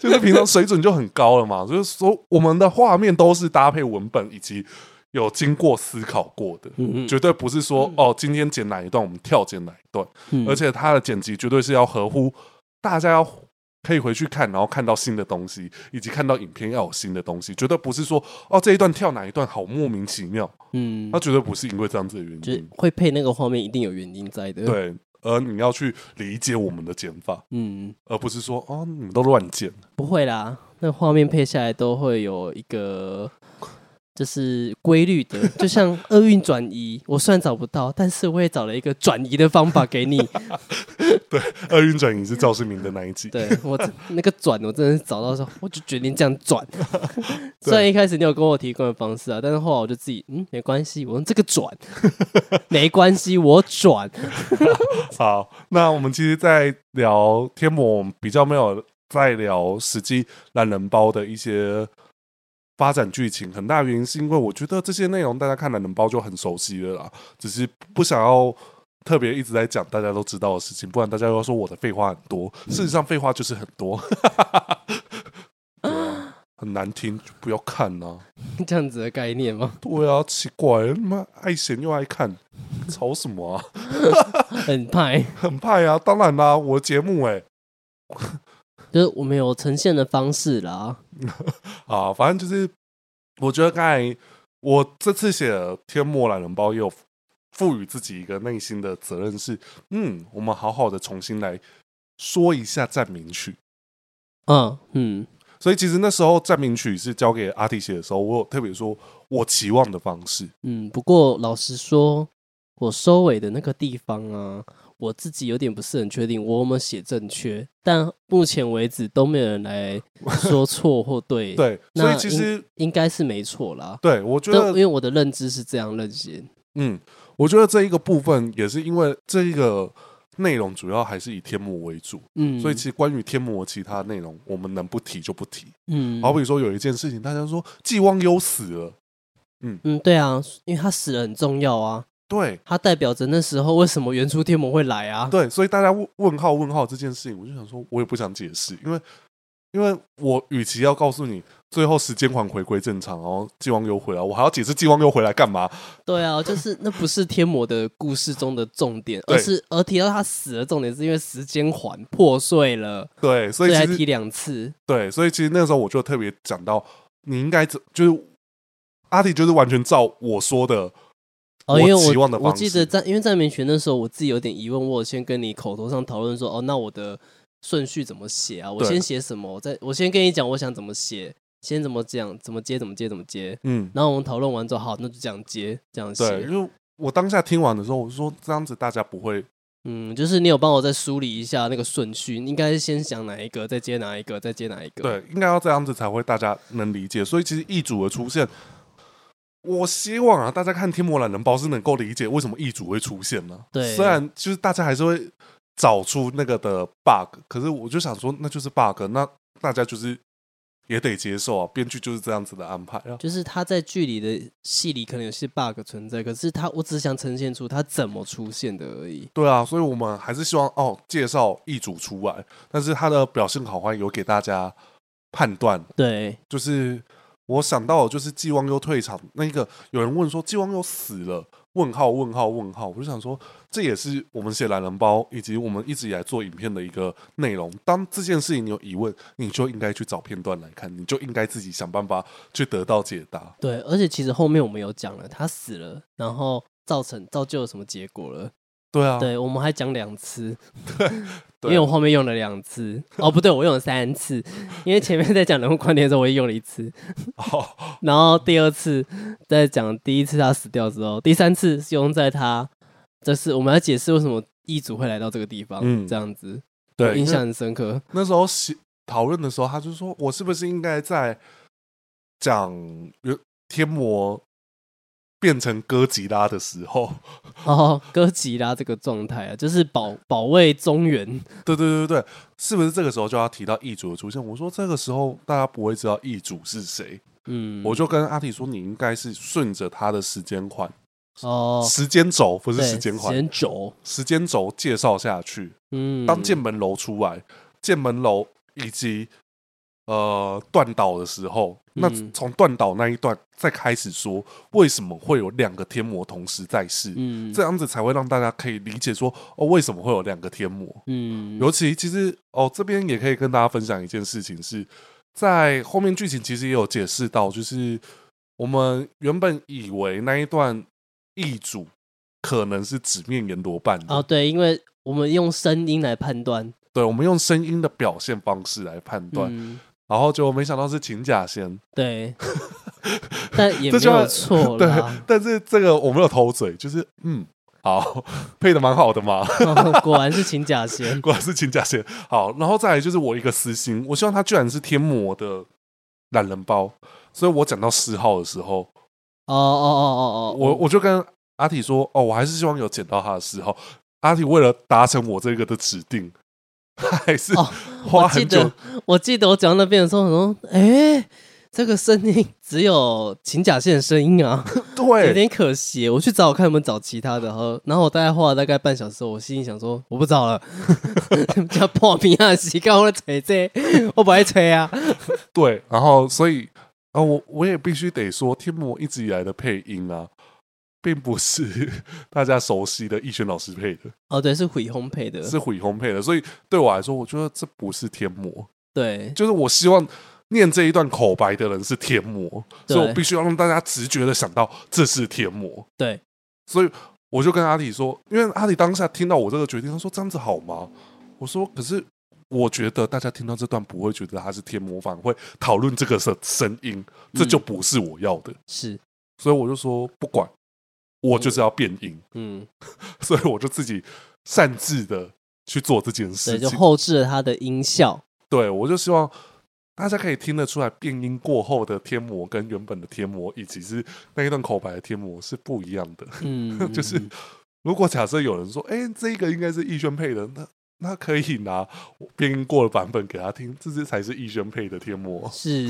[SPEAKER 1] 就是平常水准就很高了嘛，就是说我们的画面都是搭配文本以及有经过思考过的，
[SPEAKER 2] 嗯嗯
[SPEAKER 1] 绝对不是说哦今天剪哪一段我们跳剪哪一段，
[SPEAKER 2] 嗯
[SPEAKER 1] 而且它的剪辑绝对是要合乎大家要。可以回去看，然后看到新的东西，以及看到影片要有新的东西，绝对不是说哦这一段跳哪一段好莫名其妙，
[SPEAKER 2] 嗯
[SPEAKER 1] 它，绝对不是因为这样子的原
[SPEAKER 2] 就是嗯
[SPEAKER 1] 因。
[SPEAKER 2] 会配那个画面，一定有原因在的。，
[SPEAKER 1] 嗯对，而你要去理解我们的剪法，
[SPEAKER 2] 嗯，
[SPEAKER 1] 而不是说哦你们都乱剪。
[SPEAKER 2] 不会啦，那画面配下来都会有一个。就是规律的，就像厄运转移，我虽然找不到，但是我也找了一个转移的方法给你。
[SPEAKER 1] 厄运转移是赵世明的那一集，
[SPEAKER 2] 对我真那个转，我真的是找到的时候，我就决定这样转。虽然一开始你有跟我提供的方式啊，但是后来我就自己，嗯，没关系，我用这个转， 没关系，我转。
[SPEAKER 1] 好，那我们其实，在聊天魔，我们比较没有在聊实际懒人包的一些发展剧情。很大原因是因为我觉得这些内容大家看懒人包就很熟悉了啦，只是不想要特别一直在讲大家都知道的事情，不然大家又要说我的废话很多。事实上，废话就是很多， 对啊很难听，就不要看呐、
[SPEAKER 2] 这样子的概念吗？
[SPEAKER 1] 对啊，奇怪，他妈爱闲又爱看，吵什么啊？
[SPEAKER 2] 很派，
[SPEAKER 1] 很派啊！当然啦，我的节目哎、
[SPEAKER 2] 就是我们有呈现的方式啦。
[SPEAKER 1] 啊，反正就是，我觉得刚才我这次写《天幕懒人包》也有赋予自己一个内心的责任是，嗯，我们好好的重新来说一下站名曲。
[SPEAKER 2] 嗯嗯
[SPEAKER 1] 所以其实那时候站名曲是交给阿弟写的时候，我有特别说我期望的方式。
[SPEAKER 2] 嗯，不过老实说，我收尾的那个地方啊，我自己有点不是很确定我有没有写正确，但目前为止都没有人来 说错或对。
[SPEAKER 1] 对，所以
[SPEAKER 2] 那
[SPEAKER 1] 其实
[SPEAKER 2] 应该是没错啦。
[SPEAKER 1] 对我觉
[SPEAKER 2] 但因
[SPEAKER 1] 得，
[SPEAKER 2] 为我的认知是这样认识，
[SPEAKER 1] 嗯，我觉得这一个部分也是因为这一个内容主要还是以天幕为主，
[SPEAKER 2] 嗯，
[SPEAKER 1] 所以其实关于天幕的其他内容，我们能不提就不提。
[SPEAKER 2] 嗯，
[SPEAKER 1] 好比说有一件事情，大家说纪汪优死了，
[SPEAKER 2] 嗯，对啊，因为他死了很重要啊，
[SPEAKER 1] 对
[SPEAKER 2] 他代表着那时候为什么原初天魔会来啊？
[SPEAKER 1] 对，所以大家问问号问号这件事情，我就想说，我也不想解释，因为因为我与其要告诉你最后时间环回归正常，然后纪汪优回来，我还要解释纪汪优回来干嘛？
[SPEAKER 2] 对啊，就是那不是天魔的故事中的重点，
[SPEAKER 1] 对
[SPEAKER 2] 而是而提到他死的重点是因为时间环破碎了，
[SPEAKER 1] 对，所
[SPEAKER 2] 所
[SPEAKER 1] 以
[SPEAKER 2] 以还
[SPEAKER 1] 其
[SPEAKER 2] 提
[SPEAKER 1] 实
[SPEAKER 2] 两次。
[SPEAKER 1] 对，所以其实那时候我就特别讲到，你应该怎就是阿弟就是完全照我说的，
[SPEAKER 2] 哦，因为
[SPEAKER 1] 我期望
[SPEAKER 2] 我
[SPEAKER 1] 的
[SPEAKER 2] 我
[SPEAKER 1] 方
[SPEAKER 2] 记
[SPEAKER 1] 式
[SPEAKER 2] 得在因为在民权的时候，我自己有点疑问，我有先跟你口头上讨论说，哦，那我的顺序怎么写啊？我
[SPEAKER 1] 对
[SPEAKER 2] 先写什么？我再我先跟你讲，我想怎么写，先怎么讲，怎么接，怎么接，怎么接。
[SPEAKER 1] 嗯，
[SPEAKER 2] 然后我们讨论完之后，好，那就这样接，这样
[SPEAKER 1] 对，
[SPEAKER 2] 写。
[SPEAKER 1] 因为我当下听完的时候，我就说这样子大家不会
[SPEAKER 2] 嗯，就是你有帮我再梳理一下那个顺序，应该是先想哪一个，再接哪一个，再接哪一个。，
[SPEAKER 1] 对，应该要这样子才会大家能理解。所以其实易主的出现，我希望啊，大家看天魔懒人包是能够理解为什么易主会出现呢、
[SPEAKER 2] 对
[SPEAKER 1] 虽然就是大家还是会找出那个的 bug，可是我就想说，那就是 bug，那大家就是也得接受啊，编剧就是这样子的安排啊。
[SPEAKER 2] 就是他在剧里的戏里可能有些 bug 存在，可是他我只想呈现出他怎么出现的而已。
[SPEAKER 1] 对啊，所以我们还是希望哦，介绍易主出来，但是他的表现好坏有给大家判断，
[SPEAKER 2] 对，
[SPEAKER 1] 就是我想到的就是季汪又退场，那个有人问说季汪又死了，问号问号问号，我就想说这也是我们写懒人包以及我们一直以来做影片的一个内容。当这件事情你有疑问，你就应该去找片段来看，你就应该自己想办法去得到解答。
[SPEAKER 2] 对，而且其实后面我们有讲了，他死了，然后造成造就了什么结果了？
[SPEAKER 1] 对啊，
[SPEAKER 2] 对，我们还讲两次，
[SPEAKER 1] 对
[SPEAKER 2] 因为我后面用了两次，哦，不对，我用了三次，因为前面在讲人物观点的时候，我也用了一次，
[SPEAKER 1] 哦，
[SPEAKER 2] 然后第二次在讲第一次他死掉之后，第三次是用在他，就是我们要解释为什么异族会来到这个地方，
[SPEAKER 1] 嗯
[SPEAKER 2] 这样子，我
[SPEAKER 1] 对，
[SPEAKER 2] 印象很深刻。
[SPEAKER 1] 那时候写讨论的时候，他就说我是不是应该在讲原天魔变成哥吉拉的时候？
[SPEAKER 2] 哦，哥吉拉这个状态啊，就是保保卫中原，
[SPEAKER 1] 对对对对，是不是这个时候就要提到易主的出现？我说这个时候大家不会知道易主是谁，
[SPEAKER 2] 嗯，
[SPEAKER 1] 我就跟阿体说，你应该是顺着他的时间环、
[SPEAKER 2] 哦，
[SPEAKER 1] 时间轴，不是
[SPEAKER 2] 对
[SPEAKER 1] 时间
[SPEAKER 2] 时
[SPEAKER 1] 环、
[SPEAKER 2] 间轴，
[SPEAKER 1] 时间轴介绍下去。
[SPEAKER 2] 嗯，
[SPEAKER 1] 当剑门楼出来，剑门楼以及呃断岛的时候，那
[SPEAKER 2] 嗯
[SPEAKER 1] 从断岛那一段再开始说，为什么会有两个天魔同时在世？
[SPEAKER 2] 嗯
[SPEAKER 1] 这样子才会让大家可以理解说，哦，为什么会有两个天魔？
[SPEAKER 2] 嗯
[SPEAKER 1] 尤其其实哦，这边也可以跟大家分享一件事情是，在后面剧情其实也有解释到，就是我们原本以为那一段异主可能是纸面阎罗办的
[SPEAKER 2] 哦，对，因为我们用声音来 判断，
[SPEAKER 1] 对，我们用声音的表现方式来判断，
[SPEAKER 2] 嗯、
[SPEAKER 1] 然后就没想到是秦假仙。
[SPEAKER 2] 对，但也
[SPEAKER 1] 这
[SPEAKER 2] 没
[SPEAKER 1] 就要
[SPEAKER 2] 有错
[SPEAKER 1] 对
[SPEAKER 2] 啦，，
[SPEAKER 1] 但是这个我没有偷嘴，就是嗯，好， 配的蛮好的嘛，
[SPEAKER 2] 哦果然是秦假仙，
[SPEAKER 1] 果然是秦假仙。好，然后再来就是我一个私心，我希望他居然是天魔的懒人包，所以我讲到四号的时候，
[SPEAKER 2] 哦哦哦哦哦，
[SPEAKER 1] 我我就跟阿体说，哦，我还是希望有捡到他的四号。阿体为了达成我这个的指定，他还是
[SPEAKER 2] 哦
[SPEAKER 1] 花
[SPEAKER 2] 我记
[SPEAKER 1] 很久
[SPEAKER 2] 得，我记得我讲到那边的时候，我说，哎，这个声音只有秦假仙的声音啊，有
[SPEAKER 1] 对
[SPEAKER 2] 点可惜。我去找我看有没有找其他的，然后然后我大概花了大概半小时，我心里想说，我不找了， 叫破皮啊，洗干我吹这个，我不爱吹啊，
[SPEAKER 1] 对，然后所以啊、呃我我也必须得说，天魔一直以来的配音啊，并不是 大家熟悉的逸轩老师配的，
[SPEAKER 2] 哦，对，是毁烘焙的，
[SPEAKER 1] 是毁红配的，所以对我来说，我觉得这不是天魔，
[SPEAKER 2] 对，
[SPEAKER 1] 就是我希望。念这一段口白的人是天魔，所以我
[SPEAKER 2] 对
[SPEAKER 1] 必须要让大家直觉的想到这是天魔。
[SPEAKER 2] 对，
[SPEAKER 1] 所以我就跟阿里说，因为阿里当下听到我这个决定，他说这样子好吗？我说可是我觉得大家听到这段不会觉得他是贴模仿，会讨论这个声声音，这
[SPEAKER 2] 嗯
[SPEAKER 1] 就不是我要的，
[SPEAKER 2] 是，
[SPEAKER 1] 所以我就说不管，我就是要变音，
[SPEAKER 2] 嗯，
[SPEAKER 1] 所以我就自己擅自的去做这件
[SPEAKER 2] 对，
[SPEAKER 1] 事
[SPEAKER 2] 就
[SPEAKER 1] 情。
[SPEAKER 2] 后置了它的 音效，
[SPEAKER 1] 对我就希望。大家可以听得出来，变音过后的贴膜跟原本的贴膜，以及是那一段口白的贴膜是不一样的。
[SPEAKER 2] 嗯，
[SPEAKER 1] 就是如果假设有人说，哎、这个应该是逸轩配的，那那可以拿我变音过的版本给他听，这是才是逸轩配的贴 膜。
[SPEAKER 2] 是，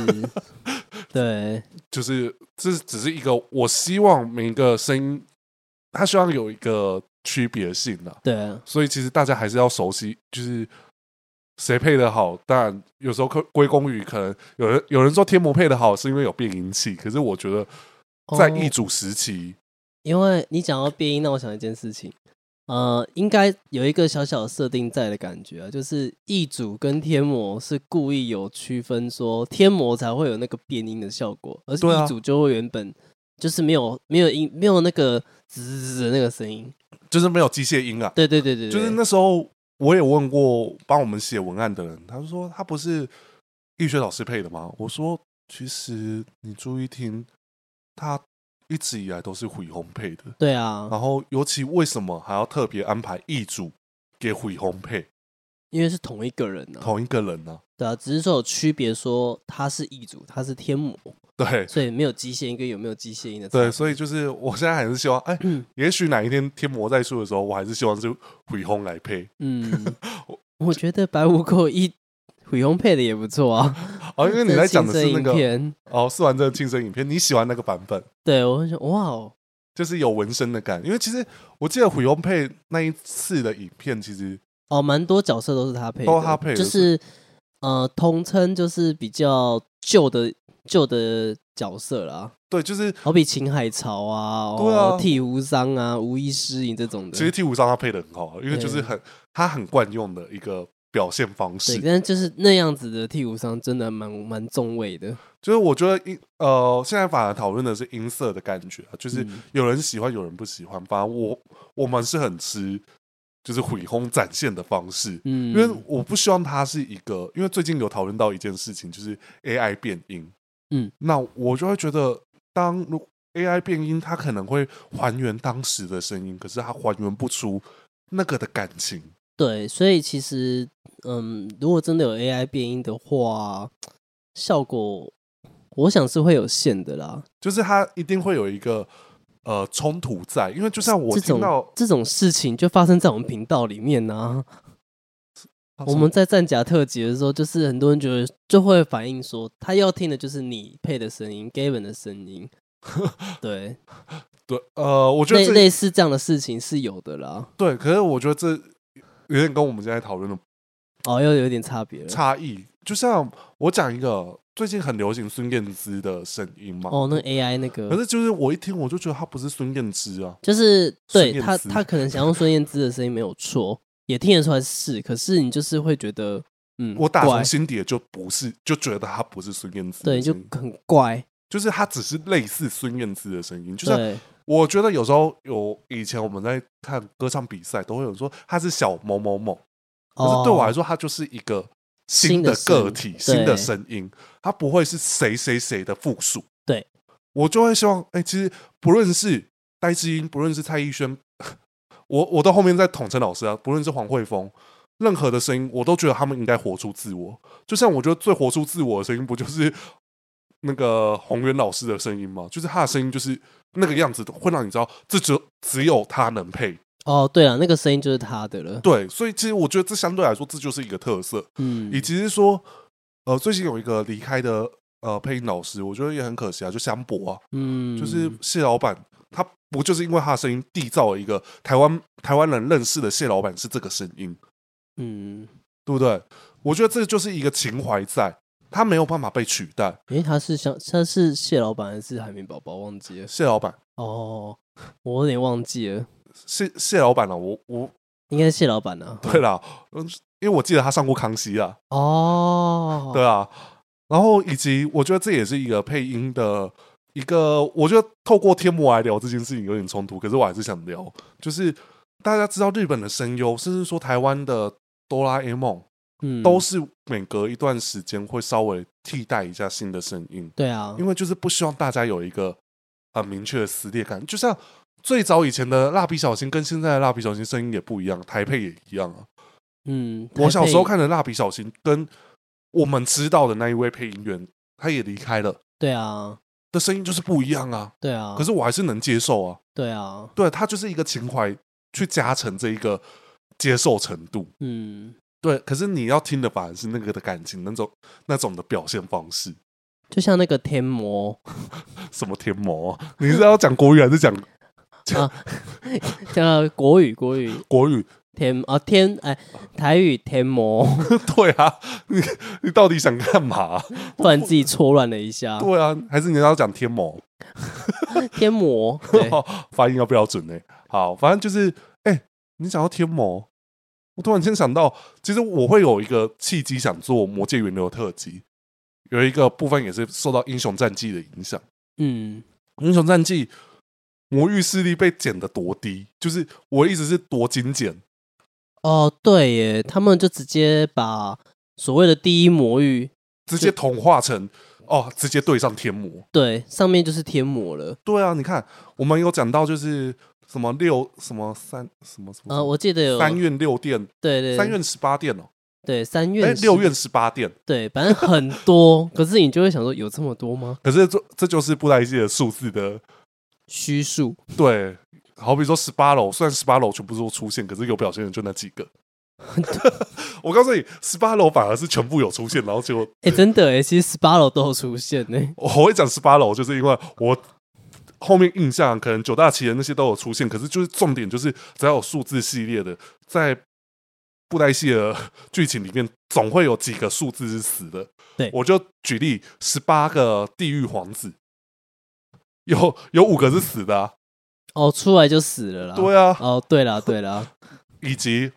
[SPEAKER 2] 对，
[SPEAKER 1] 就是这只是一个，我希望每一个声音，他希望有一个区别性啊。
[SPEAKER 2] 对啊，
[SPEAKER 1] 所以其实大家还是要熟悉，就是谁配的好。当然，有时候归归功于可能有人有人说贴膜配的好是因为有变音器，可是我觉得 在
[SPEAKER 2] 哦
[SPEAKER 1] 易主时期，
[SPEAKER 2] 因为你讲到变音，让我想一件事情，呃，应该有一个小小的设定在的感觉啊，就是异主跟天魔是故意有区分，说天魔才会有那个变音的效果，而是
[SPEAKER 1] 对啊
[SPEAKER 2] 异主就会原本就是没有没有音没有那个滋滋滋的那个声音，
[SPEAKER 1] 就是没有机械音啊，
[SPEAKER 2] 对对对对，
[SPEAKER 1] 就是
[SPEAKER 2] 对
[SPEAKER 1] 那时候我也问过帮我们写文案的人，他就说他不是易学老师配的吗？我说其实你注意听，他一直以来都是毁红配的。
[SPEAKER 2] 对啊，
[SPEAKER 1] 然后尤其为什么还要特别安排易主给毁红配？
[SPEAKER 2] 因为是同一个人啊呢、
[SPEAKER 1] 同一个人呢、
[SPEAKER 2] 对啊，只是说有区别，说他是异族，他是天魔，
[SPEAKER 1] 对
[SPEAKER 2] 所以没有极限音跟有没有极限音的差别
[SPEAKER 1] 对，所以就是我现在还是希望，哎、也许哪一天天魔在出的时候，我还是希望是毁红来配。
[SPEAKER 2] 嗯，我觉得白无垢一毁红配的也不错啊。
[SPEAKER 1] 哦，因为你在讲的是那
[SPEAKER 2] 这亲身影
[SPEAKER 1] 个
[SPEAKER 2] 片
[SPEAKER 1] 哦，试完这个庆生影片，你喜欢那个版本，
[SPEAKER 2] 对我会想哇哦，
[SPEAKER 1] 就是有纹身的感。因为其实我记得毁红配那一次的影片，其实
[SPEAKER 2] 哦，蛮多角色都是他配的，
[SPEAKER 1] 都他配的
[SPEAKER 2] 就是呃，统称就是比较旧的旧的角色啦，
[SPEAKER 1] 对，就是
[SPEAKER 2] 好比秦海潮啊，
[SPEAKER 1] 对啊
[SPEAKER 2] 哦、替无伤啊，无一失影这种的，
[SPEAKER 1] 其实 T 五上他配的很好，因为就是
[SPEAKER 2] 对
[SPEAKER 1] 很他很惯用的一个表现方
[SPEAKER 2] 对，
[SPEAKER 1] 式。
[SPEAKER 2] 但是就是那样子的替无伤真的蛮蛮重味的，
[SPEAKER 1] 就是我觉得音呃，现在反而讨论的是音色的感觉、啊，就是
[SPEAKER 2] 嗯
[SPEAKER 1] 有人喜欢，有人不喜欢。反正我我们是很吃就是毁轰展现的方式，因
[SPEAKER 2] 嗯，
[SPEAKER 1] 为我不希望它是一个，因为最近有讨论到一件事情，就是 AI 变音。
[SPEAKER 2] 嗯，
[SPEAKER 1] 那我就会觉得，当如 AI 变音，它可能会还原当时的声音，可是它还原不出那个的感情。
[SPEAKER 2] 对，所以其实，嗯，如果真的有 AI 变音的话，效果我想是会有限的啦。
[SPEAKER 1] 就是它一定会有一个呃冲突在，因为就像我
[SPEAKER 2] 这
[SPEAKER 1] 听到
[SPEAKER 2] 种这种事情就发生在我们频道里面呢、
[SPEAKER 1] 啊
[SPEAKER 2] 我们在战甲特辑的时候，就是很多人觉得就会反映说，他要听的就是你配的声音，Gavin 的声 音。对，
[SPEAKER 1] 对呃，我觉得
[SPEAKER 2] 类
[SPEAKER 1] 这
[SPEAKER 2] 类似这样的事情是有的啦。
[SPEAKER 1] 对，可是我觉得这有点跟我们现在讨论的
[SPEAKER 2] 哦，又有点差别了。
[SPEAKER 1] 差异。就像我讲一个最近很流行孙燕姿的声音嘛，
[SPEAKER 2] 哦，那 AI 那个，
[SPEAKER 1] 可是就是我一听我就觉得她不是孙燕姿啊，
[SPEAKER 2] 就是对
[SPEAKER 1] 孙燕
[SPEAKER 2] 他，
[SPEAKER 1] 姿
[SPEAKER 2] 他可能想用孙燕姿的声音没有错，也听得出来是，可是你就是会觉得，嗯，
[SPEAKER 1] 我打
[SPEAKER 2] 怪
[SPEAKER 1] 从，心底也就不是，就觉得她不是孙燕姿的
[SPEAKER 2] 对，
[SPEAKER 1] 声
[SPEAKER 2] 就
[SPEAKER 1] 音，
[SPEAKER 2] 很怪，
[SPEAKER 1] 就是她只是类似孙燕姿的声音，就像啊
[SPEAKER 2] 对，
[SPEAKER 1] 我觉得有时候有以前我们在看歌唱比赛，都会有说她是小某某某，可是对我来说，
[SPEAKER 2] 说，
[SPEAKER 1] 它就是一个
[SPEAKER 2] 哦新
[SPEAKER 1] 新
[SPEAKER 2] 的
[SPEAKER 1] 的个
[SPEAKER 2] 声
[SPEAKER 1] 体、
[SPEAKER 2] 对
[SPEAKER 1] 新的声音，它不会是谁谁谁的复数。
[SPEAKER 2] 对，
[SPEAKER 1] 我就会希望，哎、其实不论是戴志英，不论是蔡依轩， 我我到后面在统称老师啊，不论是黄慧峰。任何的声音，我都觉得他们应该活出自我。就像我觉得最活出自我的声音，不就是 那个洪源老师的声音吗？就是他的声音，就是那个样子，会让你知道，这只有只有他能配。
[SPEAKER 2] 哦，对了，那个声音就是他的了，
[SPEAKER 1] 对，所以其实我觉得这相对来说，这就是一个特色。以
[SPEAKER 2] 嗯，
[SPEAKER 1] 及是说，呃，最近有一个离开的呃配音老师，我觉得也很可惜啊，就香博啊，
[SPEAKER 2] 嗯，
[SPEAKER 1] 就是谢老板，他不就是因为他的声音缔造了一个台湾台湾人认识的谢老板是这个声音，
[SPEAKER 2] 嗯，
[SPEAKER 1] 对不对？我觉得这就是一个情怀在，他没有办法被取代。
[SPEAKER 2] 因为他是想他是蟹老板还是海绵宝宝忘记了，
[SPEAKER 1] 谢老板，
[SPEAKER 2] 哦，我有点忘记了，
[SPEAKER 1] 谢谢老板啊，我我
[SPEAKER 2] 应该是蟹老板啊，
[SPEAKER 1] 对啦，嗯，因为我记得他上过康熙啊，
[SPEAKER 2] 哦，
[SPEAKER 1] 对啊，然后以及我觉得这也是一个配音的一个，我觉得透过天魔来聊这件事情有点冲突，可是我还是想聊，就是大家知道日本的声优，甚至说台湾的哆啦 A 梦，
[SPEAKER 2] 嗯，
[SPEAKER 1] 都是每隔一段时间会稍微替代一下新的声音，
[SPEAKER 2] 对啊，
[SPEAKER 1] 因为就是不希望大家有一个很明确的撕裂感，就像。最早以前的蜡笔小新跟现在的蜡笔小新声音也不一样，台配也一样啊。
[SPEAKER 2] 嗯，
[SPEAKER 1] 我小时候
[SPEAKER 2] 台北
[SPEAKER 1] 看的《蜡笔小新》，跟我们知道的那一位配音员，他也离开了，
[SPEAKER 2] 对啊，
[SPEAKER 1] 的声音就是不一样啊。
[SPEAKER 2] 对啊，
[SPEAKER 1] 可是我还是能接受啊，
[SPEAKER 2] 对啊，
[SPEAKER 1] 对，他就是一个情怀去加成这一个接受程度。
[SPEAKER 2] 嗯。
[SPEAKER 1] 对，可是你要听的反而是那个的感情，那种那种的表现方式，
[SPEAKER 2] 就像那个天魔
[SPEAKER 1] 什么天魔、啊，你是要讲国语还是讲
[SPEAKER 2] 啊，叫国语国语
[SPEAKER 1] 国语？
[SPEAKER 2] 天啊天哎台语天魔，
[SPEAKER 1] 对啊，你你到底想干嘛、啊
[SPEAKER 2] 突然自己错乱了一下，
[SPEAKER 1] 对啊，还是你要讲天魔？
[SPEAKER 2] 天魔 对
[SPEAKER 1] 发音要标准呢、好，反正就是，哎、你讲到天魔，我突然间想到，其实我会有一个契机想做《魔界源流》特辑，有一个部分也是受到《英雄战记》的影响，
[SPEAKER 2] 嗯
[SPEAKER 1] 《英雄战记》魔域势力被剪得多低，就是我一直是多精简，
[SPEAKER 2] 哦对耶，他们就直接把所谓的第一魔域
[SPEAKER 1] 直接同化成哦，直接对上天魔。
[SPEAKER 2] 对上面就是天魔了，
[SPEAKER 1] 对啊，你看，我们有讲到就是什么六什么三什么什么
[SPEAKER 2] 呃我记得有
[SPEAKER 1] 三院六殿，
[SPEAKER 2] 对对
[SPEAKER 1] 三院十八殿哦，
[SPEAKER 2] 对，三
[SPEAKER 1] 哎
[SPEAKER 2] 月，
[SPEAKER 1] 六
[SPEAKER 2] 是
[SPEAKER 1] 院十八店，
[SPEAKER 2] 对，反正很多， 可是你就会想说，有这么多吗？
[SPEAKER 1] 可是这这就是布袋戏的数字的
[SPEAKER 2] 虚数，
[SPEAKER 1] 对。好比说十八楼，虽然十八楼全部都出现，可是有表现的就那几个。 我告诉你，十八楼反而是全部有出现，然后结果
[SPEAKER 2] 哎、真的哎、其实十八楼都有出现呢、
[SPEAKER 1] 我会讲十八楼，就是因为我后面印象可能九大奇人那些都有出现，可是就是重点就是只要有数字系列的，在布袋戏的剧情里面，总会有几个数字是死的。
[SPEAKER 2] 对
[SPEAKER 1] 我就举例，十八个地狱皇子，有有五个是死的、啊，
[SPEAKER 2] 哦，出来就死了啦。
[SPEAKER 1] 对啊，
[SPEAKER 2] 哦，对啦，对啦，
[SPEAKER 1] 以及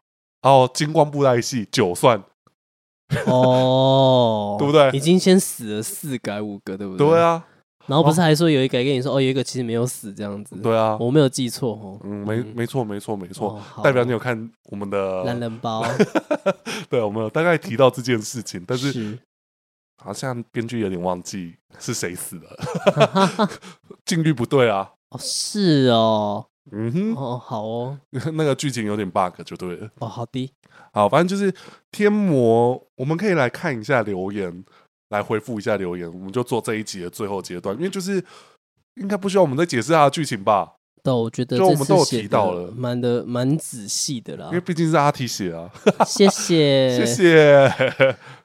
[SPEAKER 1] 哦金光布袋戏九算，
[SPEAKER 2] 哦，
[SPEAKER 1] 对不对
[SPEAKER 2] 已经先死了四个还五个，对不对？
[SPEAKER 1] 对。啊，
[SPEAKER 2] 然后不是还说有一个跟你说，哦，有一个其实没有死这样子。、
[SPEAKER 1] 对啊，
[SPEAKER 2] 我没有记错哦。
[SPEAKER 1] 嗯，没没错，没错，没错
[SPEAKER 2] 哦，好
[SPEAKER 1] 代表你有看我们的
[SPEAKER 2] 懒人包
[SPEAKER 1] 对，我们有大概提到这件事情，但是
[SPEAKER 2] 是
[SPEAKER 1] 好像编剧有点忘记是谁死了， 境遇不对啊。
[SPEAKER 2] 哦，是哦，
[SPEAKER 1] 嗯哼，
[SPEAKER 2] 哦，好哦，
[SPEAKER 1] 那个剧情有点 bug 就对了。
[SPEAKER 2] 哦，好的，
[SPEAKER 1] 好，反正就是天魔，我们可以来看一下留言，来回复一下留言，我们就做这一集的最后阶段，因为就是应该不需要我们再解释它的剧情吧，
[SPEAKER 2] 对，我觉得
[SPEAKER 1] 就
[SPEAKER 2] 这
[SPEAKER 1] 我们
[SPEAKER 2] 次
[SPEAKER 1] 都有
[SPEAKER 2] 写
[SPEAKER 1] 提到
[SPEAKER 2] 得
[SPEAKER 1] 了
[SPEAKER 2] 蛮的蛮仔细的啦
[SPEAKER 1] 因为。毕竟是阿 T 写啊。
[SPEAKER 2] 谢
[SPEAKER 1] 谢，
[SPEAKER 2] 谢，
[SPEAKER 1] 谢。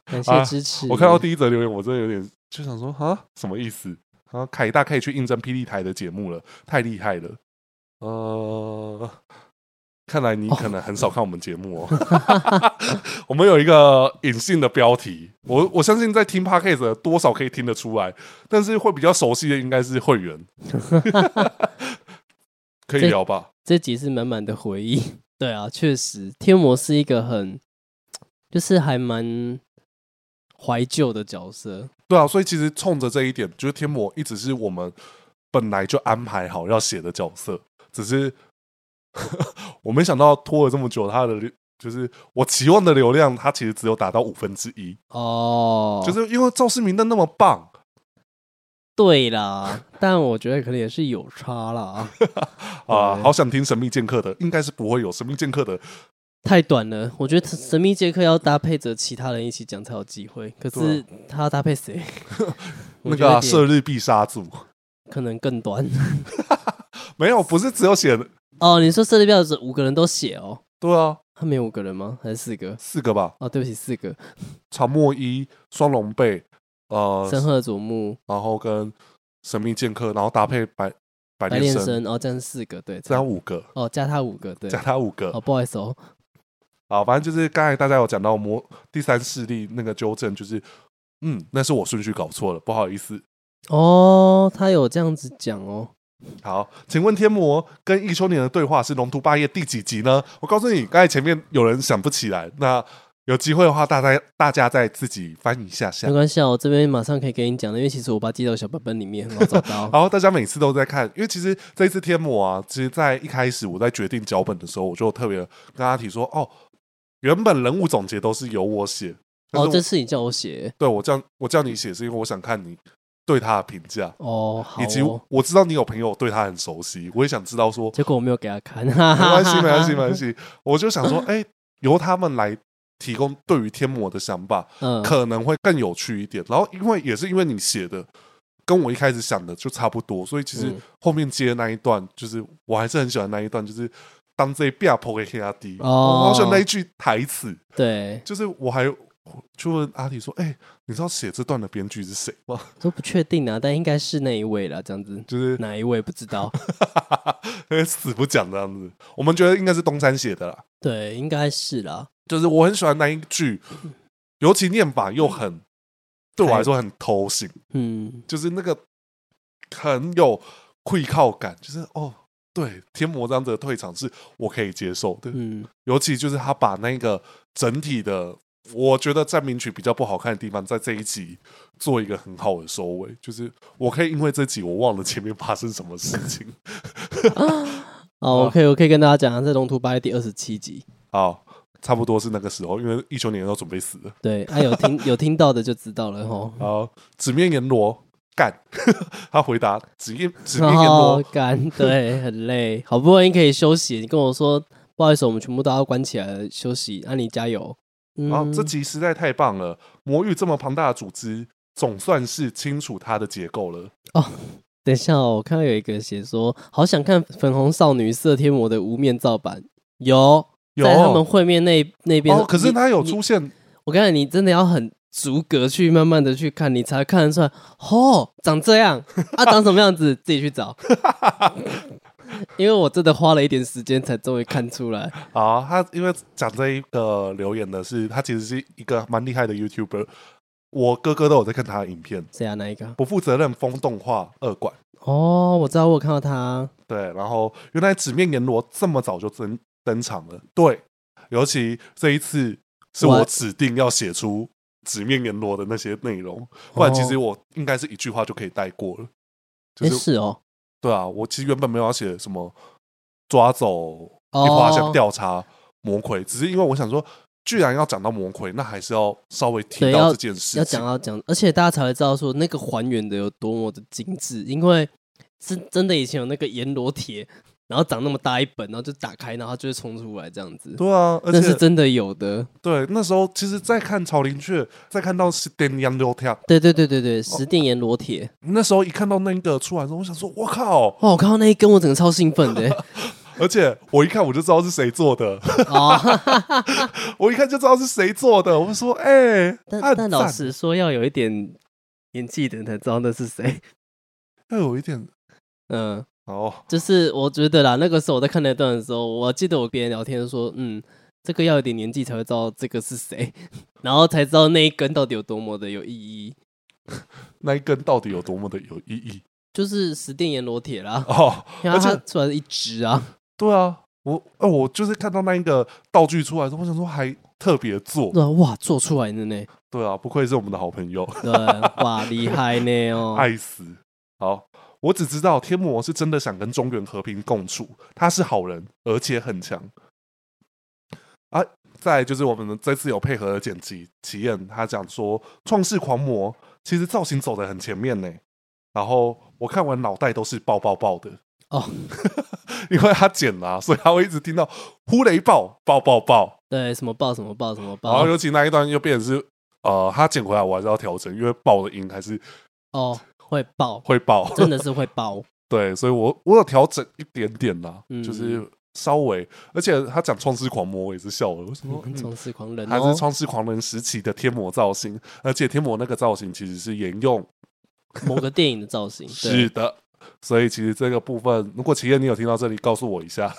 [SPEAKER 2] 感
[SPEAKER 1] 啊
[SPEAKER 2] 谢支持。
[SPEAKER 1] 我看到第一则留言，我真的有点就想说，哈，什么意思？啊，凯大可以去应征霹雳台的节目了，太厉害了。呃，看来你可能很少看我们节目哦。 我们有一个隐性的标题，我我相信在听 podcast 的多少可以听得出来，但是会比较熟悉的应该是会员。可以
[SPEAKER 2] 这
[SPEAKER 1] 聊吧？
[SPEAKER 2] 这集是满满的回忆。 对啊，确实，天魔是一个很，就是还蛮怀旧的角色。
[SPEAKER 1] 对啊，所以其实冲着这一点，就是天魔一直是我们本来就安排好要写的角色，只是 我没想到拖了这么久，他的流就是我期望的流量，它其实只有达到五分之一，
[SPEAKER 2] 哦，
[SPEAKER 1] 就是因为赵世明的那么棒，
[SPEAKER 2] 对啦，但我觉得可能也是有差啦，
[SPEAKER 1] 啊、
[SPEAKER 2] 对
[SPEAKER 1] 好想听《神秘剑客》的，应该是不会有《神秘剑客》的，
[SPEAKER 2] 太短了。我觉得神秘杰克要搭配着其他人一起讲才有机会，可是他要搭配谁？我
[SPEAKER 1] 啊 那
[SPEAKER 2] 觉
[SPEAKER 1] 个
[SPEAKER 2] 得
[SPEAKER 1] 啊、
[SPEAKER 2] 有点
[SPEAKER 1] 射日必杀组，
[SPEAKER 2] 可能更短。
[SPEAKER 1] 没有，不是只有写
[SPEAKER 2] 哦，你说设立标准五个人都写哦，
[SPEAKER 1] 对啊，
[SPEAKER 2] 他没有五个人吗？还是四个？
[SPEAKER 1] 四个吧，
[SPEAKER 2] 哦，对不起，四个。
[SPEAKER 1] 长墨一、双龙背，呃，
[SPEAKER 2] 深鹤佐木、
[SPEAKER 1] 然后跟《神秘剑客》，然后搭配白白
[SPEAKER 2] 白
[SPEAKER 1] 莲
[SPEAKER 2] 练
[SPEAKER 1] 生，啊
[SPEAKER 2] 生，哦，这样是四个，对，
[SPEAKER 1] 这样五个。
[SPEAKER 2] 哦，加他五个，对，
[SPEAKER 1] 加他五个
[SPEAKER 2] 哦，不好意思哦，
[SPEAKER 1] 啊，反正就是刚才大家有讲到魔第三势力那个纠正，就是嗯，那是我顺序搞错了，不好意思。
[SPEAKER 2] 哦，他有这样子讲哦，
[SPEAKER 1] 好，请问天魔跟易秋年的对话是《龙图霸业》第几集呢？我告诉你，刚才前面有人想不起来，那有机会的话，大家大家再自己翻一下下
[SPEAKER 2] 没。关系啊，我这边马上可以给你讲的，因为其实我把它记到小本本里面，很好找 到。哦
[SPEAKER 1] 然后大家每次都在看，因为其实这一次天魔啊，其实在一开始我在决定脚本的时候，我就特别跟大家提说，哦，原本人物总结都是由我写，但
[SPEAKER 2] 哦，
[SPEAKER 1] 是
[SPEAKER 2] 这
[SPEAKER 1] 我
[SPEAKER 2] 次你叫我写，
[SPEAKER 1] 对我叫我叫你写，是因为我想看你对他的评价。
[SPEAKER 2] 哦，好
[SPEAKER 1] 以及
[SPEAKER 2] 哦，
[SPEAKER 1] 我知道你有朋友对他很熟悉，我也想知道 说，
[SPEAKER 2] 结果我没有给他看，没
[SPEAKER 1] 没关系，没 关系，没关
[SPEAKER 2] 系，
[SPEAKER 1] 系。我就想说，哎、由他们来提供对于天魔的想法，
[SPEAKER 2] 嗯，
[SPEAKER 1] 可能会更有趣一点。然后，因为也是因为你写的跟我一开始想的就差不多，所以其实
[SPEAKER 2] 嗯
[SPEAKER 1] 后面接的那一段，就是我还是很喜欢那一段，就是当这一 b i a p o 给 K R D，
[SPEAKER 2] 哦
[SPEAKER 1] 我好喜欢那一句台词，
[SPEAKER 2] 对，
[SPEAKER 1] 就是我还就问阿里说，哎、你知道写这段的编剧是谁吗？
[SPEAKER 2] 都不确定啊，但应该是那一位了，这样子，
[SPEAKER 1] 就是
[SPEAKER 2] 哪一位不知道，
[SPEAKER 1] 死不讲这样子。我们觉得应该是东山写的啦，
[SPEAKER 2] 对，应该是啦，
[SPEAKER 1] 就是我很喜欢那一句，尤其念法又很对我来说很偷心，
[SPEAKER 2] 嗯，
[SPEAKER 1] 就是那个很有愧靠感，就是哦，对，天魔这样子的退场是我可以接受的，
[SPEAKER 2] 嗯，
[SPEAKER 1] 尤其就是他把那个整体的。我觉得站名曲比较不好看的地方，在这一集做一个很好的收尾，就是我可以因为这集我忘了前面发生什么事情，
[SPEAKER 2] 哦，我可以，我可以跟大家讲，在《龙图八》第二十七集，
[SPEAKER 1] 好，差不多是那个时候，因为一九年要准备死了。
[SPEAKER 2] 对，啊，有听有听到的就知道了吼。
[SPEAKER 1] 好，纸面阎罗干， 他回答纸面纸面阎
[SPEAKER 2] 哦
[SPEAKER 1] 罗，
[SPEAKER 2] 干，对， 很累，好啊不容易可以休息，你跟我说，不好意思，我们全部都要关起来了休息，那、你加油。嗯
[SPEAKER 1] 然后这集实在太棒了，魔域这么庞大的组织，总算是清楚它的结构了。
[SPEAKER 2] 等一下、哦，我看到有一个写说，好想看粉红少女色天魔的无面照版，有
[SPEAKER 1] 有
[SPEAKER 2] 在他们会面那那边、
[SPEAKER 1] 哦，可是
[SPEAKER 2] 你
[SPEAKER 1] 它有
[SPEAKER 2] 你
[SPEAKER 1] 出现
[SPEAKER 2] 我告诉你，你真的要很逐格去慢慢的去看，你才看得出来，哦，长这样， 啊，长什么样子，自己去找。因为我真的花了一点时间，才终于看出来。
[SPEAKER 1] 啊，他因为讲这一个留言的是，他其实是一个蛮厉害的 YouTuber，我哥哥都有在看他的影片，
[SPEAKER 2] 谁啊？哪一个？
[SPEAKER 1] 不负责任风动画二馆，
[SPEAKER 2] 哦，我知道，我有看到他。
[SPEAKER 1] 对，然后原来纸面阎罗这么早就登登场了，对，尤其这一次是我
[SPEAKER 2] What？
[SPEAKER 1] 指定要写出纸面阎罗的那些内容，不然其实我应该是一句话就可以带过了，就
[SPEAKER 2] 哎、
[SPEAKER 1] 是
[SPEAKER 2] 是哦，
[SPEAKER 1] 对啊，我其实原本没有要写什么抓走
[SPEAKER 2] 哦，
[SPEAKER 1] 一花像调查魔鬼，只是因为我想说，居然要讲到魔鬼，那还是要稍微提
[SPEAKER 2] 对
[SPEAKER 1] 到
[SPEAKER 2] 要
[SPEAKER 1] 这件事情。
[SPEAKER 2] 要讲到讲，而且大家才会知道说那个还原的有多么的精致，因为真真的以前有那个阎罗帖，然后长那么大一本，然后就打开，然后它就会冲出来这样子，
[SPEAKER 1] 对啊，而
[SPEAKER 2] 那是
[SPEAKER 1] 且
[SPEAKER 2] 真的有的。
[SPEAKER 1] 对那时候，其实，在看曹林雀，在看到是 d a n i e
[SPEAKER 2] 对对对对
[SPEAKER 1] 哦
[SPEAKER 2] 对，十殿阎罗帖。
[SPEAKER 1] 那时候一看到那个出来的时候，我想说，我靠！
[SPEAKER 2] 哇，我看到那一根，我整个超兴奋的、 欸。
[SPEAKER 1] 而且我一看我就知道是谁做的，
[SPEAKER 2] 哦，
[SPEAKER 1] 我一看就知道是谁做的。我说，哎、
[SPEAKER 2] 但
[SPEAKER 1] 暗
[SPEAKER 2] 但老
[SPEAKER 1] 赞
[SPEAKER 2] 实说，要有一点年纪的人才知道那是谁。
[SPEAKER 1] 要哎有一点
[SPEAKER 2] 嗯，
[SPEAKER 1] 哦，
[SPEAKER 2] 就是我觉得啦，那个时候我在看那段的时候，我记得我别人聊天说，嗯，这个要有点年纪才会知道这个是谁， 然后才知道那一根到底有多么的有意义。
[SPEAKER 1] 那一根到底有多么的有意义
[SPEAKER 2] 就是十殿阎罗铁啦，
[SPEAKER 1] 哦？
[SPEAKER 2] 然
[SPEAKER 1] 而
[SPEAKER 2] 后
[SPEAKER 1] 且
[SPEAKER 2] 它出来是一只啊，
[SPEAKER 1] 对啊，我呃，我就是看到那一个道具出来的时候，我想说还特别做，
[SPEAKER 2] 对啊哇，做出来的呢，
[SPEAKER 1] 对啊，不愧是我们的好朋友，
[SPEAKER 2] 对，哇，厉 害呢哦，
[SPEAKER 1] 爱死。好，我只知道天魔是真的想跟中原和平共处，他是好人，而且很强。啊，再来就是我们这次有配合的剪辑，齐燕他讲说，创世狂魔其实造型走的很前面呢。然后我看完脑袋都是爆爆爆的
[SPEAKER 2] 哦，
[SPEAKER 1] 因为他剪啦、所以他会一直听到呼雷爆爆爆爆。
[SPEAKER 2] 对，什么爆什么爆什么
[SPEAKER 1] 然后
[SPEAKER 2] 爆
[SPEAKER 1] 尤其那一段又变成是，呃，他剪回来我还是要调整，因为爆的音还是
[SPEAKER 2] 哦，会爆，
[SPEAKER 1] 会爆，
[SPEAKER 2] 真的是会爆。
[SPEAKER 1] 对，所以我我有调整一点点啦，
[SPEAKER 2] 嗯
[SPEAKER 1] 就是稍微，而且他讲创世狂魔我也是笑了，为什么？ 嗯
[SPEAKER 2] 从事狂人
[SPEAKER 1] 还
[SPEAKER 2] 哦
[SPEAKER 1] 是，创世狂人时期的天魔造型，而且天魔那个造型其实是沿用
[SPEAKER 2] 某个电影的造 型，
[SPEAKER 1] 是
[SPEAKER 2] 对，
[SPEAKER 1] 的，所以其实这个部分，如果企业你有听到这里，告诉我一下。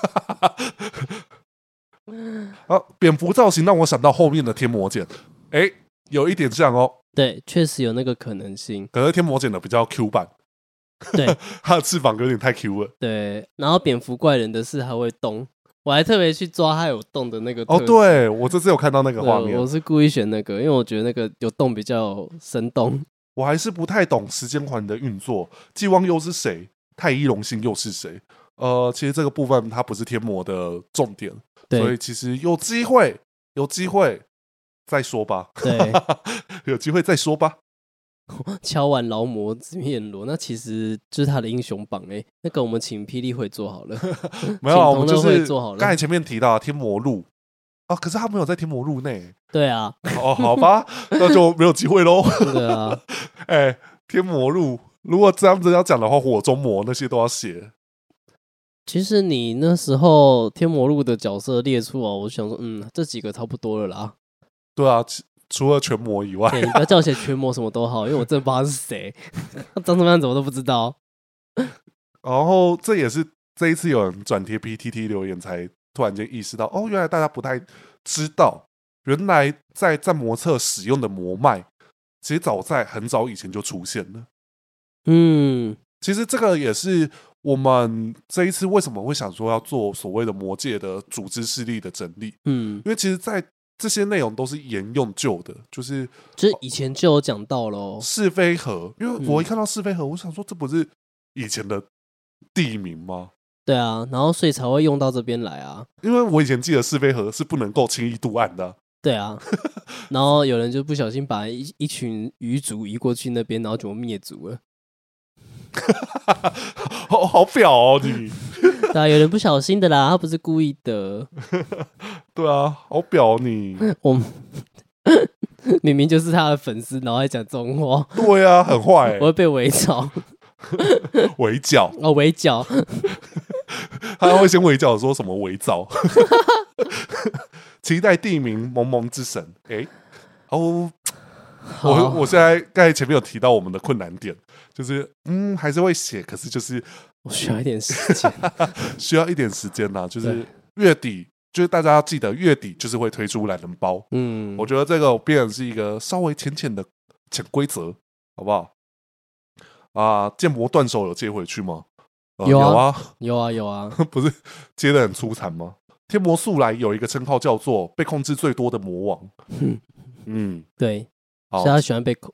[SPEAKER 1] 啊，蝙蝠造型让我想到后面的天魔剪，哎，有一点像哦，
[SPEAKER 2] 对，确实有那个可能性，
[SPEAKER 1] 可是天魔剪的比较 Q 版，
[SPEAKER 2] 对
[SPEAKER 1] 它的翅膀有点太 Q 了。
[SPEAKER 2] 对。然后蝙蝠怪人的是还会动，我还特别去抓它有动的那个
[SPEAKER 1] 哦，
[SPEAKER 2] 特色，
[SPEAKER 1] 对我这次有看到那个
[SPEAKER 2] 对
[SPEAKER 1] 画面
[SPEAKER 2] 我，是故意选那个，因为我觉得那个有动比较生动。
[SPEAKER 1] 我还是不太懂时间环的运作。纪汪又是谁？太一龙星又是谁？呃，其实这个部分它不是天魔的重点， 所以
[SPEAKER 2] 对
[SPEAKER 1] 其实有机会，有机会再说吧，
[SPEAKER 2] 对，
[SPEAKER 1] 有机会再说 吧。
[SPEAKER 2] 敲完劳模直面罗，那其实就是他的英雄榜哎。那个我们请霹雳会做好了，
[SPEAKER 1] 没有啊，
[SPEAKER 2] 请
[SPEAKER 1] 我们就
[SPEAKER 2] 同乐会
[SPEAKER 1] 是
[SPEAKER 2] 做好了
[SPEAKER 1] 刚才前面提到的天魔路啊，可是他没有在天魔路内。
[SPEAKER 2] 对啊，
[SPEAKER 1] 哦，好吧， 那就没有机会喽。
[SPEAKER 2] 对啊，
[SPEAKER 1] 哎、天魔路，如果这样子要讲的话，火中魔那些都要写。
[SPEAKER 2] 其实你那时候天魔录的角色列出哦，我想说，嗯，这几个差不多了啦。
[SPEAKER 1] 对啊，其除了全魔以外，
[SPEAKER 2] 对，你不要叫我写群魔什么都好，因为我真的不知道他是谁， 他长什么样子我都不知道。
[SPEAKER 1] 然后这也是这一次有人转贴 PTT 留言，才突然间意识到，哦，原来大家不太知道，原来在战魔册使用的魔脉，其实早在很早以前就出现了。
[SPEAKER 2] 嗯，
[SPEAKER 1] 其实这个也是我们这一次为什么会想说要做所谓的魔界的组织势力的整理，
[SPEAKER 2] 嗯，
[SPEAKER 1] 因为其实，在这些内容都是沿用旧的，就是哦
[SPEAKER 2] 就是以前就有讲到喽。
[SPEAKER 1] 是非河。因为
[SPEAKER 2] 嗯
[SPEAKER 1] 我一看到是非河，我想说这不是以前的地名吗？
[SPEAKER 2] 对啊，然后所以才会用到这边来啊。
[SPEAKER 1] 因为我以前记得是非河是不能够轻易渡岸的啊、
[SPEAKER 2] 对啊，然后有人就不小心把一一群鱼族移过去那边，然后就灭族了。
[SPEAKER 1] 好好表哦你。
[SPEAKER 2] 对啊，有人不小心的啦，他不是故意的。
[SPEAKER 1] 对啊，好表你，
[SPEAKER 2] 我们明明就是他的粉丝，然后还讲这种话，
[SPEAKER 1] 对啊，很坏、
[SPEAKER 2] 我会被围剿
[SPEAKER 1] 围剿，
[SPEAKER 2] 哦，围剿。
[SPEAKER 1] 他会先围剿说什么围剿， 期待地名蒙蒙之神，哎、哦，我
[SPEAKER 2] 好，
[SPEAKER 1] 我现在刚才前面有提到我们的困难点，就是嗯，还是会写，可是就是
[SPEAKER 2] 我需要一点时 间。
[SPEAKER 1] 需要一点时间呐、就是
[SPEAKER 2] 对
[SPEAKER 1] 月底，就是大家要记得月底就是会推出懒人包，
[SPEAKER 2] 嗯，
[SPEAKER 1] 我觉得这个变成是一个稍微浅浅的潜规则，好不好？啊，剑魔断手有接回去吗？呃
[SPEAKER 2] 有啊
[SPEAKER 1] 有
[SPEAKER 2] 有啊有啊，
[SPEAKER 1] 不是接的很粗残吗？天魔素来有一个称号叫做被控制最多的魔王， 嗯，
[SPEAKER 2] 对，
[SPEAKER 1] 好
[SPEAKER 2] 所以他喜欢被控，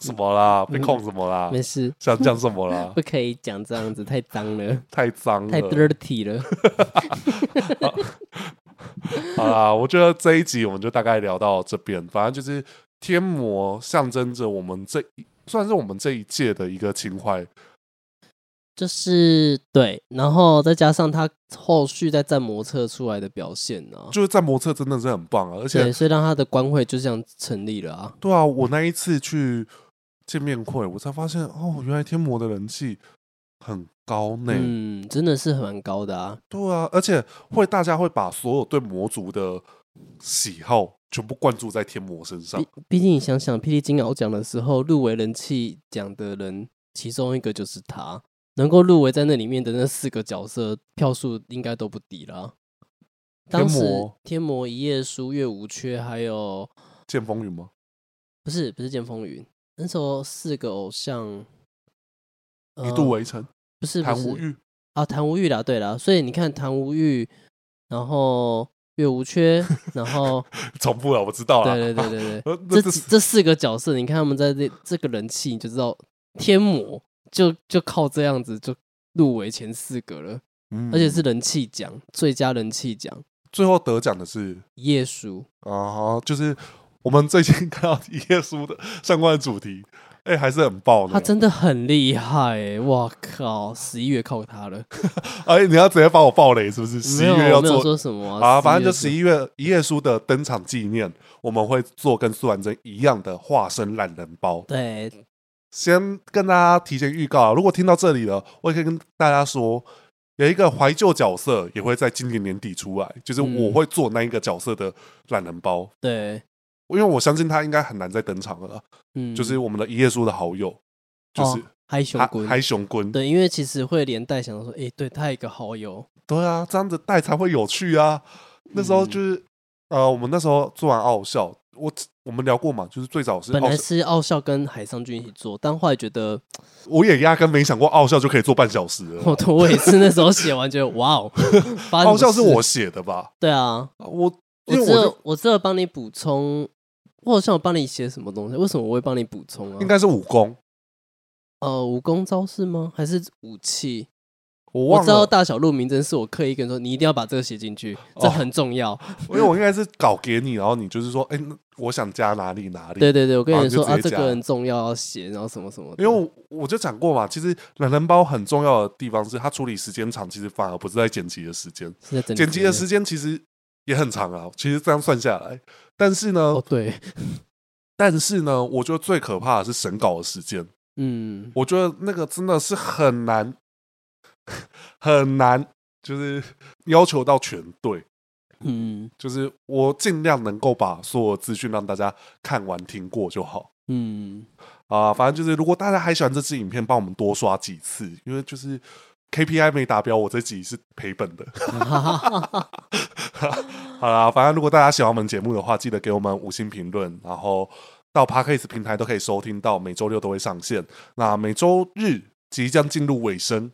[SPEAKER 1] 什么啦？被
[SPEAKER 2] 嗯
[SPEAKER 1] 控什么啦？
[SPEAKER 2] 没事，
[SPEAKER 1] 想讲什么啦
[SPEAKER 2] 不？可以讲这样子，太脏了，
[SPEAKER 1] 太脏了，
[SPEAKER 2] 太 dirty 了。
[SPEAKER 1] 好啦，啊我觉得这一集我们就大概聊到这边，反正就是天魔象征着我们这一算是我们这一届的一个情怀，
[SPEAKER 2] 就是对，然后再加上他后续在战模测出来的表现呢、
[SPEAKER 1] 就是在模特真的是很棒啊，而且
[SPEAKER 2] 对，所以让他的官会就这样成立了啊。
[SPEAKER 1] 对啊，我那一次去见面会，我才发现哦，原来天魔的人气很高呢。
[SPEAKER 2] 嗯，真的是很蛮高的啊。
[SPEAKER 1] 对啊，而且会大家会把所有对魔族的喜好全部灌注在天魔身上
[SPEAKER 2] 毕。毕竟你想想，霹雳金鳌奖的时候，入围人气奖的人，其中一个就是他，能够入围在那里面的那四个角色，票数应该都不低啦。当时
[SPEAKER 1] 天魔
[SPEAKER 2] 天魔一夜书、月无缺，还有
[SPEAKER 1] 剑风云吗？
[SPEAKER 2] 不是不是剑风云，那时候四个偶像，呃
[SPEAKER 1] 一度围城、
[SPEAKER 2] 不是
[SPEAKER 1] 谭
[SPEAKER 2] 不
[SPEAKER 1] 无
[SPEAKER 2] 是
[SPEAKER 1] 欲、
[SPEAKER 2] 啊，谭无欲啦，对啦，所以你看谭无欲，然后月无缺，然 后
[SPEAKER 1] 重复了，我知道了。
[SPEAKER 2] 对对对对对，
[SPEAKER 1] 呃，
[SPEAKER 2] 这
[SPEAKER 1] 这
[SPEAKER 2] 几
[SPEAKER 1] 这
[SPEAKER 2] 这四个角色，你看他们在这这个人气，你就知道天魔就就靠这样子就入围前四个了，
[SPEAKER 1] 嗯
[SPEAKER 2] 而且是人气奖最佳人气奖
[SPEAKER 1] 最后得奖的是
[SPEAKER 2] 夜书，
[SPEAKER 1] 啊、就是我们最近 看到一页书的相关的主题，哎、还是很爆的。
[SPEAKER 2] 他真的很厉害、欸，哇靠，十一月靠他了，
[SPEAKER 1] 哎、你要直接把我爆雷是不是？ 十
[SPEAKER 2] 没
[SPEAKER 1] 一
[SPEAKER 2] 有
[SPEAKER 1] 月要
[SPEAKER 2] 我没有
[SPEAKER 1] 做
[SPEAKER 2] 说什么
[SPEAKER 1] 啊，反正就十
[SPEAKER 2] 哦11月
[SPEAKER 1] 一月一页书的登场纪念，我们会做跟苏婉珍一样的化身懒人包。
[SPEAKER 2] 对
[SPEAKER 1] 先跟大家提前预告啊，如果听到这里了，我也可以跟大家说，有一个怀旧角色也会在今年年底出来，就是
[SPEAKER 2] 嗯
[SPEAKER 1] 我会做那一个角色的懒人包，
[SPEAKER 2] 对，
[SPEAKER 1] 因为我相信他应该很难再登场了啦，
[SPEAKER 2] 嗯，
[SPEAKER 1] 就是我们的一页书的好友，就是
[SPEAKER 2] 哦嗨熊
[SPEAKER 1] 嗨
[SPEAKER 2] 滚。
[SPEAKER 1] 嗨熊棍，
[SPEAKER 2] 对，因为其实会连带想到说，诶，对他一个好友，
[SPEAKER 1] 对啊，这样子带才会有趣啊。那时候就是、呃，我们那时候做完傲笑，我我们聊过嘛，就是最早是
[SPEAKER 2] 本
[SPEAKER 1] 傲
[SPEAKER 2] 来
[SPEAKER 1] 笑，
[SPEAKER 2] 是奥校跟海上君一起做，但后来觉得，
[SPEAKER 1] 我也压根没想过傲笑就可以做半小时了。
[SPEAKER 2] 我我也是那时候写完觉得，哇哦，发生
[SPEAKER 1] 傲
[SPEAKER 2] 什
[SPEAKER 1] 笑
[SPEAKER 2] 么
[SPEAKER 1] 是
[SPEAKER 2] 事
[SPEAKER 1] 我，写的吧？
[SPEAKER 2] 对啊，
[SPEAKER 1] 啊我
[SPEAKER 2] 我
[SPEAKER 1] 因为
[SPEAKER 2] 只
[SPEAKER 1] 我就
[SPEAKER 2] 有我只有帮你补充，我好像有帮你写什么东西，为什么我会帮你补充啊？
[SPEAKER 1] 应该是武功，
[SPEAKER 2] 呃，武功招式吗？还是武器？
[SPEAKER 1] 我
[SPEAKER 2] 我
[SPEAKER 1] 忘
[SPEAKER 2] 知道
[SPEAKER 1] 了，
[SPEAKER 2] 大小鹿鸣真是我刻意跟你说，你一定要把这个写进去，这
[SPEAKER 1] 哦
[SPEAKER 2] 很重要。
[SPEAKER 1] 因为我应该是稿给你，然后你就是说，哎、那我想加哪里哪里。
[SPEAKER 2] 对对对，我跟
[SPEAKER 1] 啊
[SPEAKER 2] 你
[SPEAKER 1] 你就
[SPEAKER 2] 说啊，
[SPEAKER 1] 直接
[SPEAKER 2] 这
[SPEAKER 1] 加
[SPEAKER 2] 个很重要，要写，然后什么什么的。
[SPEAKER 1] 因为我我就讲过嘛，其实懒人包很重要的地方是它处理时间长，其实反而不是在剪辑的时间，
[SPEAKER 2] 现在整理
[SPEAKER 1] 剪辑的
[SPEAKER 2] 资
[SPEAKER 1] 时间其实也很长啊。其实这样算下来，但是呢，
[SPEAKER 2] 料哦，对，
[SPEAKER 1] 但是呢，我觉得最可怕的是审稿的时间，
[SPEAKER 2] 嗯，
[SPEAKER 1] 我觉得那个真的是很难， 很难，就是要求到全对。
[SPEAKER 2] 嗯
[SPEAKER 1] 就是我尽量能够把所有资讯让大家看完听过就好
[SPEAKER 2] 嗯，
[SPEAKER 1] 啊、反正就是，如果大家还喜欢这支影片，帮我们多刷几次，因为就是 KPI 没达标，我这集是赔本的。
[SPEAKER 2] 嗯
[SPEAKER 1] 好啦，反正如果大家喜欢我们节目的话，记得给我们五星评论，然后到 Podcast 平台都可以收听到，每周六都会上线。那每周日即将进入尾声，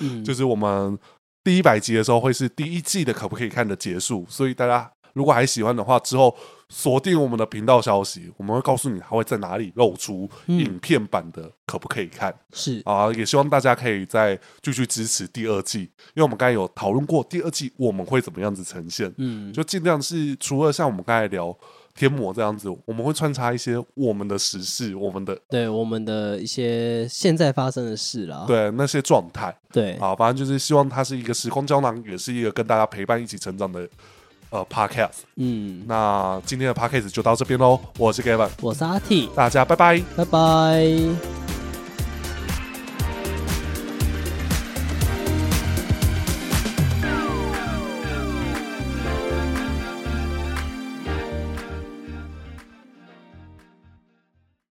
[SPEAKER 2] 嗯
[SPEAKER 1] 就是我们第一百集的时候会是第一季的可不可以看的结束，所以大家如果还喜欢的话，之后锁定我们的频道消息，我们会告诉你它会在哪里露出
[SPEAKER 2] 嗯
[SPEAKER 1] 影片版的可不可以看。
[SPEAKER 2] 是
[SPEAKER 1] 啊，也希望大家可以再继续支持第二季，因为我们刚才有讨论过第二季我们会怎么样子呈现，
[SPEAKER 2] 嗯，
[SPEAKER 1] 就尽量是除了像我们刚才聊天魔这样子，我们会穿插一些我们的时事，我们的
[SPEAKER 2] 对我们的一些现在发生的事啦。
[SPEAKER 1] 对那些状态
[SPEAKER 2] 哦对
[SPEAKER 1] 啊，反正就是希望它是一个时空胶囊，也是一个跟大家陪伴一起成长的呃 podcast。
[SPEAKER 2] 嗯，
[SPEAKER 1] 那今天的 podcast 就到这边喽，我是 Gavin，
[SPEAKER 2] 我是阿 T，
[SPEAKER 1] 大家拜拜。
[SPEAKER 2] 拜拜。